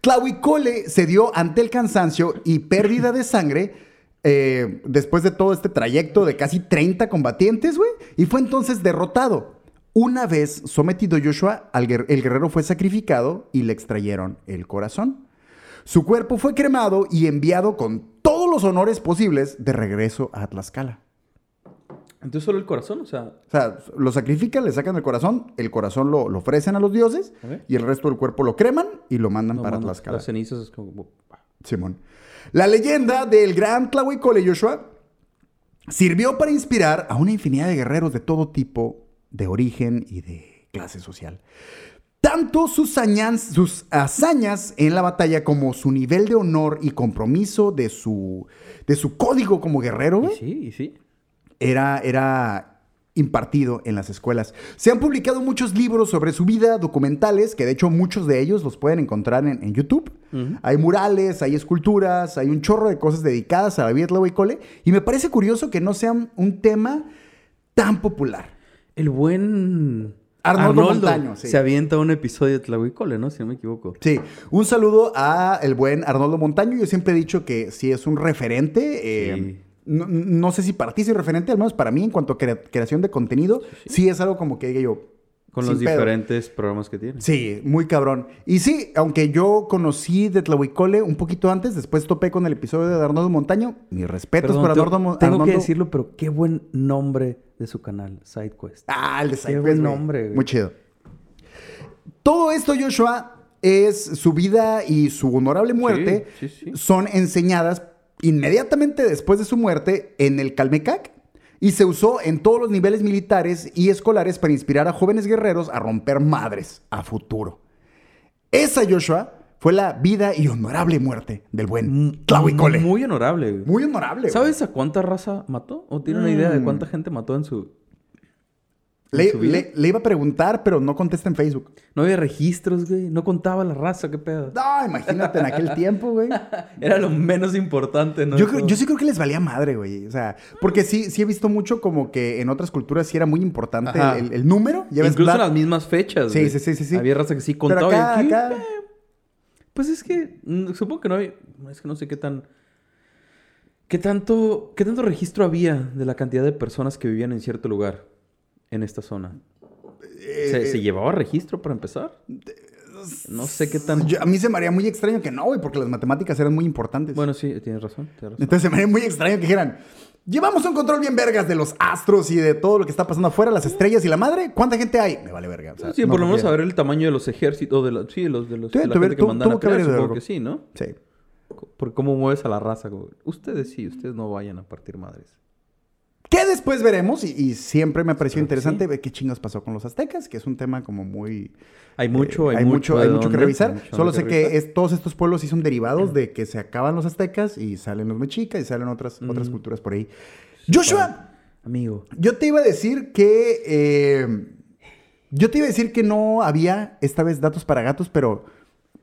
Speaker 1: Tlahuicole cedió ante el cansancio y pérdida de sangre eh, después de todo este trayecto de casi 30 combatientes, güey, y fue entonces derrotado. Una vez sometido Joshua, al guer- el guerrero fue sacrificado y le extrayeron el corazón. Su cuerpo fue cremado y enviado con todos los honores posibles de regreso a Tlaxcala.
Speaker 2: Entonces solo el corazón, o sea...
Speaker 1: O sea, lo sacrifican, le sacan el corazón, el corazón lo, lo ofrecen a los dioses
Speaker 2: Ok.
Speaker 1: y el resto del cuerpo lo creman y lo mandan
Speaker 2: no,
Speaker 1: para
Speaker 2: mano,
Speaker 1: Tlaxcala.
Speaker 2: Las cenizas es como...
Speaker 1: Simón. La leyenda del gran Tlahuicole Joshua sirvió para inspirar a una infinidad de guerreros de todo tipo, de origen y de clase social. Tanto sus, añan- sus hazañas en la batalla como su nivel de honor y compromiso de su, de su código como guerrero
Speaker 2: Y
Speaker 1: güey,
Speaker 2: sí, y sí.
Speaker 1: era, era impartido en las escuelas. Se han publicado muchos libros sobre su vida, documentales, que de hecho muchos de ellos los pueden encontrar en, en YouTube.
Speaker 2: Ujú.
Speaker 1: Hay murales, hay esculturas, hay un chorro de cosas dedicadas a David Lowe y Cole. Y me parece curioso que no sean un tema tan popular.
Speaker 2: El buen
Speaker 1: Arnoldo Montaño, sí.
Speaker 2: se avienta un episodio de Tlahuicole, ¿no? Si no me equivoco.
Speaker 1: Sí, un saludo a el buen Arnoldo Montaño. Yo siempre he dicho que sí es un referente. eh,
Speaker 2: Sí.
Speaker 1: no, no sé si para ti es un referente, al menos para mí en cuanto a crea- creación de contenido, sí es algo como que diga yo,
Speaker 2: Con
Speaker 1: Sin
Speaker 2: los
Speaker 1: pedo.
Speaker 2: diferentes programas que tiene.
Speaker 1: Sí, muy cabrón. Y sí, aunque yo conocí de Tlahuicole un poquito antes, después topé con el episodio de Arnoldo Montaño. Mis respetos
Speaker 2: Perdón,
Speaker 1: para
Speaker 2: tengo-
Speaker 1: Arnoldo Montaño.
Speaker 2: Tengo que decirlo, pero qué buen nombre de su canal, SideQuest.
Speaker 1: Ah, el de Sideways,
Speaker 2: buen
Speaker 1: güey.
Speaker 2: nombre, güey.
Speaker 1: Muy chido. Todo esto, Joshua, es su vida y su honorable muerte
Speaker 2: sí, sí.
Speaker 1: son enseñadas inmediatamente después de su muerte en el Calmecac y se usó en todos los niveles militares y escolares para inspirar a jóvenes guerreros a romper madres a futuro. Esa, Joshua, fue la vida y honorable muerte del buen Tlahuicole. Muy,
Speaker 2: Muy honorable, güey.
Speaker 1: honorable. Mm. güey.
Speaker 2: Mm, ¿Sabes a cuánta raza mató? ¿O tiene una idea de cuánta gente mató en su...? en
Speaker 1: Le,
Speaker 2: su vida?
Speaker 1: le- le iba a preguntar, pero no contesta en Facebook.
Speaker 2: No había registros, güey. No contaba la raza, qué pedo.
Speaker 1: No, imagínate en aquel tiempo, güey.
Speaker 2: Era lo menos importante, ¿no?
Speaker 1: Yo, creo-
Speaker 2: Todo.
Speaker 1: yo sí creo que les valía madre, güey. O sea, porque sí, sí he visto mucho como que en otras culturas sí era muy importante
Speaker 2: Ajá.
Speaker 1: el, el- el número. Ya ves,
Speaker 2: Incluso
Speaker 1: Black-
Speaker 2: las mismas fechas,
Speaker 1: Sí,
Speaker 2: güey.
Speaker 1: sí, sí, sí, sí.
Speaker 2: Había raza que sí
Speaker 1: Pero
Speaker 2: contaba. y
Speaker 1: acá-
Speaker 2: aquí,
Speaker 1: acá-
Speaker 2: eh, Pues es que mm, supongo que no hay... Es que no sé qué tan... ¿Qué tanto, ¿Qué tanto registro había de la cantidad de personas que vivían en cierto lugar en esta zona?
Speaker 1: eh,
Speaker 2: ¿Se,
Speaker 1: eh,
Speaker 2: se llevaba registro para empezar? No sé qué tan...
Speaker 1: yo- a mí se me haría muy extraño que no, güey, porque las matemáticas eran muy importantes.
Speaker 2: Bueno, sí, tienes razón. tienes razón.
Speaker 1: Entonces se me haría muy extraño que dijeran, llevamos un control bien vergas de los astros y de todo lo que está pasando afuera, las estrellas y la madre. ¿cuánta gente hay? Me vale verga. o sea,
Speaker 2: sí,
Speaker 1: no
Speaker 2: por lo menos
Speaker 1: confía.
Speaker 2: saber el tamaño de los ejércitos, de la- sí, de los, de los
Speaker 1: Tuve-
Speaker 2: de la
Speaker 1: tuve-
Speaker 2: gente que
Speaker 1: tu-
Speaker 2: mandan a
Speaker 1: tuvo que
Speaker 2: pelear,
Speaker 1: haber
Speaker 2: supongo
Speaker 1: algo.
Speaker 2: que sí, ¿no?
Speaker 1: Sí.
Speaker 2: Por cómo mueves a la raza. como, Ustedes sí, ustedes no vayan a partir madres.
Speaker 1: Que después veremos y, y siempre me pareció
Speaker 2: Claro que
Speaker 1: interesante
Speaker 2: sí.
Speaker 1: ver qué chingos pasó con los aztecas, que es un tema como muy...
Speaker 2: Hay mucho,
Speaker 1: Eh,
Speaker 2: hay, mucho,
Speaker 1: hay
Speaker 2: de
Speaker 1: mucho que
Speaker 2: dónde,
Speaker 1: revisar.
Speaker 2: hay mucho
Speaker 1: Solo
Speaker 2: dónde
Speaker 1: sé que
Speaker 2: revisar.
Speaker 1: es- todos estos pueblos sí son derivados de que se acaban los aztecas y salen los mexicas y salen otras, otras culturas por ahí. Joshua,
Speaker 2: Amigo.
Speaker 1: yo te iba a decir que. eh, yo te iba a decir que no había esta vez datos para gatos, pero.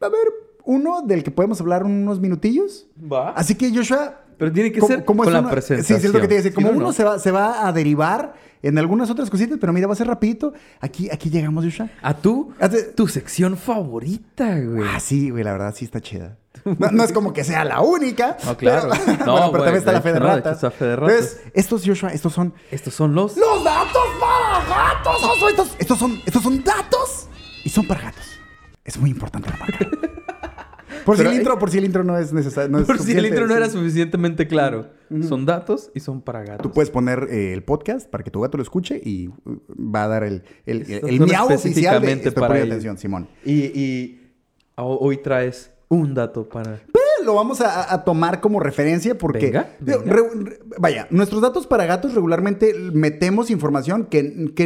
Speaker 1: A ver, uno del que podemos hablar unos minutillos.
Speaker 2: Va.
Speaker 1: Así que, Joshua,
Speaker 2: Pero tiene que
Speaker 1: ¿Cómo-
Speaker 2: ser
Speaker 1: cómo es
Speaker 2: con la
Speaker 1: uno?
Speaker 2: presentación.
Speaker 1: Sí, es lo que te iba a decir.
Speaker 2: ¿Sí
Speaker 1: Como
Speaker 2: o no?
Speaker 1: uno se va, se va a derivar en algunas otras cositas, pero mira, va a ser rapidito. Aquí, aquí llegamos, Yusha.
Speaker 2: A tú,
Speaker 1: Ah, te-
Speaker 2: tu sección favorita, güey.
Speaker 1: Ah, sí, güey, la verdad sí está chida. No, no es como que sea la única.
Speaker 2: No, claro.
Speaker 1: Pero,
Speaker 2: No,
Speaker 1: bueno, pero
Speaker 2: güey,
Speaker 1: también está
Speaker 2: de
Speaker 1: la fe de
Speaker 2: hecho, no, de
Speaker 1: ratas.
Speaker 2: hecho está fe de ratas.
Speaker 1: Entonces, estos, Joshua, estos son...
Speaker 2: Estos son los...
Speaker 1: ¡Los datos para gatos! Joshua! Estos, estos son, estos son datos y son para gatos. Es muy importante la marca. Por si
Speaker 2: Pero-
Speaker 1: el intro, por si el intro no es necesario. No es
Speaker 2: Por si el
Speaker 1: suficiente,
Speaker 2: intro no
Speaker 1: sí.
Speaker 2: era suficientemente claro. Son datos y son para gatos.
Speaker 1: Tú puedes poner eh, el podcast para que tu gato lo escuche y uh, va a dar el, el, el-
Speaker 2: Estos
Speaker 1: el
Speaker 2: son
Speaker 1: miau oficial de
Speaker 2: específicamente
Speaker 1: estoy
Speaker 2: para
Speaker 1: poniendo
Speaker 2: ellos.
Speaker 1: atención, Simón.
Speaker 2: Y, y ho- hoy traes un dato para...
Speaker 1: Eh, Lo vamos a, a tomar como referencia porque...
Speaker 2: Venga,
Speaker 1: digo,
Speaker 2: venga.
Speaker 1: re- re- vaya, nuestros datos para gatos regularmente metemos información que, que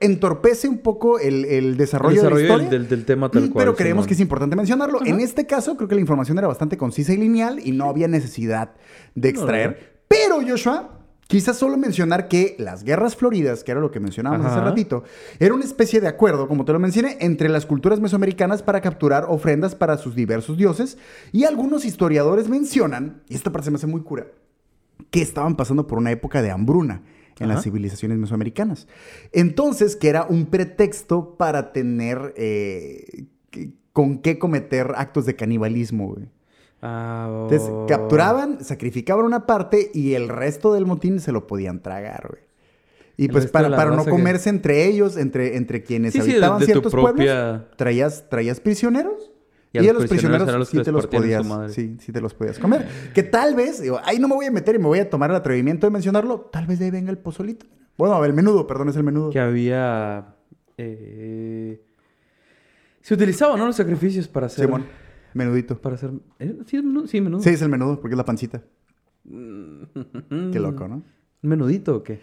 Speaker 1: entorpece un poco el, el desarrollo, de
Speaker 2: El desarrollo
Speaker 1: la
Speaker 2: del-
Speaker 1: historia.
Speaker 2: del- del tema tal
Speaker 1: Mm,
Speaker 2: cual,
Speaker 1: Pero creemos
Speaker 2: Simón.
Speaker 1: que es importante mencionarlo.
Speaker 2: Ajá.
Speaker 1: En este caso, creo que la información era bastante concisa y lineal y no había necesidad de extraer.
Speaker 2: no.
Speaker 1: Pero, Joshua, quizás solo mencionar que las guerras floridas, que era lo que mencionábamos hace
Speaker 2: Ajá.
Speaker 1: ratito, era una especie de acuerdo, como te lo mencioné, entre las culturas mesoamericanas para capturar ofrendas para sus diversos dioses. Y algunos historiadores mencionan, y esta parte se me hace muy cura, que estaban pasando por una época de hambruna en
Speaker 2: Ajá.
Speaker 1: las civilizaciones mesoamericanas. Entonces, que era un pretexto para tener eh, que- con qué cometer actos de canibalismo, güey.
Speaker 2: Ah, oh.
Speaker 1: Entonces, capturaban, sacrificaban una parte y el resto del motín se lo podían tragar, güey. Y
Speaker 2: El
Speaker 1: pues
Speaker 2: resto de
Speaker 1: para,
Speaker 2: la
Speaker 1: para no
Speaker 2: raza que-
Speaker 1: comerse entre ellos, entre, entre quienes
Speaker 2: Sí, sí, de-
Speaker 1: habitaban
Speaker 2: de tu
Speaker 1: ciertos pueblos,
Speaker 2: propia-
Speaker 1: traías, traías prisioneros. Y,
Speaker 2: Y a
Speaker 1: a
Speaker 2: los
Speaker 1: los
Speaker 2: prisioneros
Speaker 1: prisioneros,
Speaker 2: eran los que
Speaker 1: sí,
Speaker 2: les
Speaker 1: te los
Speaker 2: partían su
Speaker 1: podías,
Speaker 2: madre.
Speaker 1: sí, sí te los podías comer. Que tal vez, digo, ahí no me voy a meter y me voy a tomar el atrevimiento de mencionarlo, tal vez de ahí venga el pozolito. Bueno, el menudo, perdón, es el menudo.
Speaker 2: Que había... eh, Se utilizaban, ¿no? Los sacrificios para hacer...
Speaker 1: Simón, menudito.
Speaker 2: Para hacer... ¿eh? Sí, es menudo. Sí, menudo.
Speaker 1: Sí, es el menudo, porque es la pancita. Qué loco, ¿no?
Speaker 2: Mm. ¿Menudito o qué?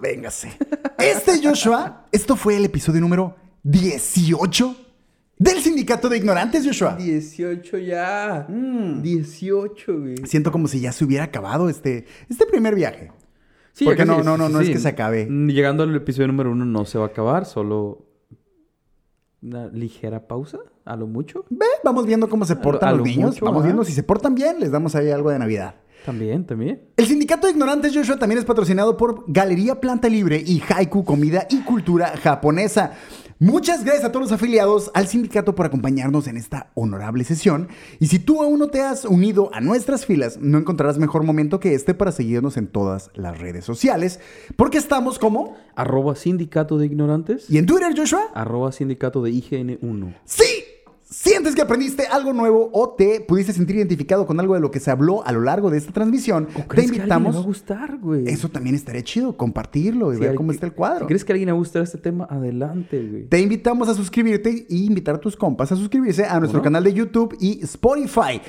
Speaker 1: Véngase. Este Joshua, esto fue el episodio número 18 del Sindicato de Ignorantes, Joshua.
Speaker 2: 18 ya.
Speaker 1: Mm.
Speaker 2: 18, güey.
Speaker 1: Siento como si ya se hubiera acabado este, este primer viaje.
Speaker 2: Sí,
Speaker 1: Porque
Speaker 2: ya casi-
Speaker 1: no, no, no, no
Speaker 2: sí.
Speaker 1: es que se acabe.
Speaker 2: Llegando al episodio número uno no se va a acabar, solo una ligera pausa, a lo mucho.
Speaker 1: Ve, vamos viendo cómo se
Speaker 2: lo-
Speaker 1: portan
Speaker 2: Ah, a
Speaker 1: los
Speaker 2: lo
Speaker 1: niños.
Speaker 2: mucho,
Speaker 1: vamos
Speaker 2: ajá.
Speaker 1: viendo si se portan bien, les damos ahí algo de Navidad.
Speaker 2: También, también.
Speaker 1: El Sindicato de Ignorantes Joshua también es patrocinado por Galería Planta Libre y Haiku Comida y Cultura Japonesa. Muchas gracias a todos los afiliados al sindicato por acompañarnos en esta honorable sesión. Y si tú aún no te has unido a nuestras filas, no encontrarás mejor momento que este para seguirnos en todas las redes sociales, porque estamos como...
Speaker 2: Arroba sindicato de ignorantes.
Speaker 1: ¿Y en Twitter, Joshua?
Speaker 2: Arroba sindicato de IGN1.
Speaker 1: ¡Sí! ¿Sientes que aprendiste algo nuevo o te pudiste sentir identificado con algo de lo que se habló a lo largo de esta transmisión?
Speaker 2: ¿O
Speaker 1: Te
Speaker 2: crees que a alguien le va a
Speaker 1: invitamos...
Speaker 2: gustar, güey?
Speaker 1: Eso también estaría chido, compartirlo y
Speaker 2: Sí,
Speaker 1: ver
Speaker 2: al-
Speaker 1: Pues cómo está el cuadro.
Speaker 2: Si crees que a alguien le va a gustar este tema, adelante, güey.
Speaker 1: Te invitamos a suscribirte y invitar a tus compas a suscribirse a nuestro
Speaker 2: no?
Speaker 1: canal de YouTube y Spotify.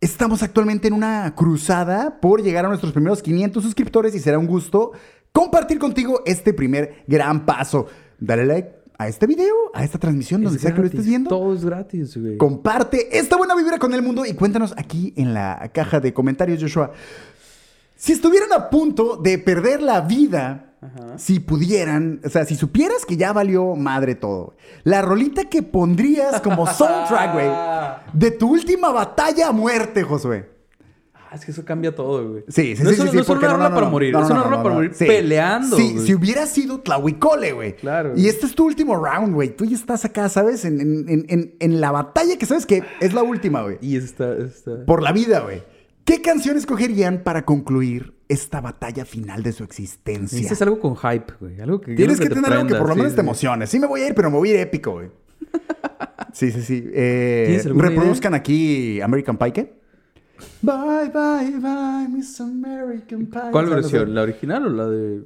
Speaker 1: Estamos actualmente en una cruzada por llegar a nuestros primeros 500 suscriptores y será un gusto compartir contigo este primer gran paso. Dale like a este video, a esta transmisión, donde
Speaker 2: Es
Speaker 1: sea que lo
Speaker 2: gratis,
Speaker 1: estés viendo.
Speaker 2: Todo es gratis, güey.
Speaker 1: Comparte esta buena vibra con el mundo y cuéntanos aquí en la caja de comentarios, Joshua. Si estuvieran a punto de perder la vida,
Speaker 2: Ajá.
Speaker 1: si pudieran, o sea, si supieras que ya valió madre todo, la rolita que pondrías como soundtrack, güey, de tu última batalla a muerte, Josué.
Speaker 2: Ah, es que eso cambia todo, güey.
Speaker 1: Sí, sí,
Speaker 2: No
Speaker 1: sí,
Speaker 2: es
Speaker 1: sí,
Speaker 2: un-
Speaker 1: sí,
Speaker 2: No es
Speaker 1: porque
Speaker 2: una arma para morir.
Speaker 1: no,
Speaker 2: Es
Speaker 1: no,
Speaker 2: una
Speaker 1: no,
Speaker 2: arma
Speaker 1: no,
Speaker 2: para
Speaker 1: no.
Speaker 2: morir
Speaker 1: Sí.
Speaker 2: peleando,
Speaker 1: Sí,
Speaker 2: güey.
Speaker 1: si hubiera sido Tlahuicole, güey.
Speaker 2: Claro.
Speaker 1: Y este es tu último round, güey. Tú ya estás acá, ¿sabes? En, en- en- en- en la batalla que sabes que es la última, güey.
Speaker 2: Y está, está.
Speaker 1: Por la vida, güey. ¿Qué canción escogerían para concluir esta batalla final de su existencia?
Speaker 2: Necesitas algo con hype, güey. Algo que,
Speaker 1: Tienes
Speaker 2: algo
Speaker 1: que,
Speaker 2: te
Speaker 1: tener algo que
Speaker 2: prenda,
Speaker 1: por lo
Speaker 2: sí,
Speaker 1: menos te
Speaker 2: sí.
Speaker 1: emocione. Sí me voy a ir, pero me voy a ir épico, güey. Sí, sí, sí. Eh,
Speaker 2: ¿Tienes alguna
Speaker 1: reproduzcan aquí American Pie, ¿qué? Bye, bye, bye, Miss American Pie.
Speaker 2: ¿Cuál
Speaker 1: O sea, no sé.
Speaker 2: versión? ¿La original o la de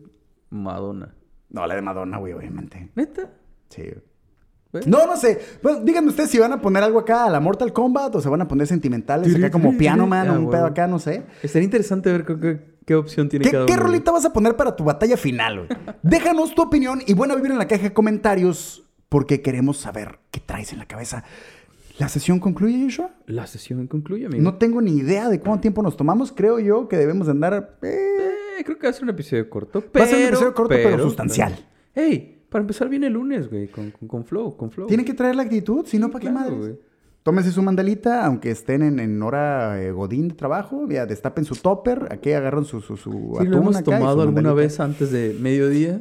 Speaker 2: Madonna?
Speaker 1: No, la de Madonna, güey, obviamente.
Speaker 2: ¿Neta?
Speaker 1: Sí.
Speaker 2: Bueno.
Speaker 1: No, no sé. Bueno, díganme ustedes si van a poner algo acá a la Mortal Kombat o se van a poner sentimentales acá como Piano Man
Speaker 2: Ah,
Speaker 1: o un pedo
Speaker 2: huevo.
Speaker 1: acá, no sé.
Speaker 2: Estaría interesante ver qué, qué- qué opción tiene
Speaker 1: ¿Qué,
Speaker 2: cada
Speaker 1: qué
Speaker 2: uno, güey.
Speaker 1: rolita vas a poner para tu batalla final, güey? Déjanos tu opinión y buena vivir en la caja de comentarios porque queremos saber qué traes en la cabeza. ¿La sesión concluye, Joshua?
Speaker 2: La sesión concluye, amigo.
Speaker 1: No tengo ni idea de cuánto tiempo nos tomamos. Creo yo que debemos de andar... eh,
Speaker 2: Eh, creo que va a ser un episodio corto, pero...
Speaker 1: Va a ser un episodio corto, pero sustancial.
Speaker 2: Ey, para empezar viene el lunes, güey, con, con, con Flow, con Flow.
Speaker 1: Tienen que traer la actitud, si no, ¿para qué
Speaker 2: Claro,
Speaker 1: madres?
Speaker 2: güey.
Speaker 1: Tómense su mandalita, aunque estén en, en hora eh, godín de trabajo, ya destapen su topper, aquí agarran su, su, su
Speaker 2: Si lo
Speaker 1: atún
Speaker 2: hemos
Speaker 1: acá y su
Speaker 2: tomado alguna
Speaker 1: mandalita.
Speaker 2: vez antes de mediodía.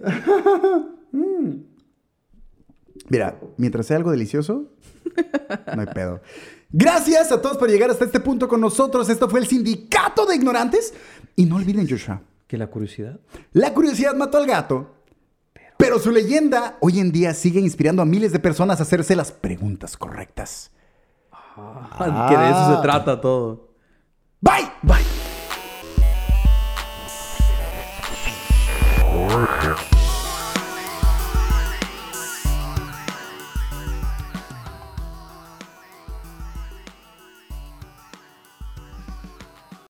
Speaker 1: Mira, mientras sea algo delicioso, no hay pedo. Gracias a todos por llegar hasta este punto con nosotros. Esto fue el Sindicato de Ignorantes. Y no olviden, Joshua,
Speaker 2: Que la curiosidad.
Speaker 1: la curiosidad mató al gato, pero su leyenda hoy en día sigue inspirando a miles de personas a hacerse las preguntas correctas. Ah.
Speaker 2: Que de eso se trata todo.
Speaker 1: Bye, bye.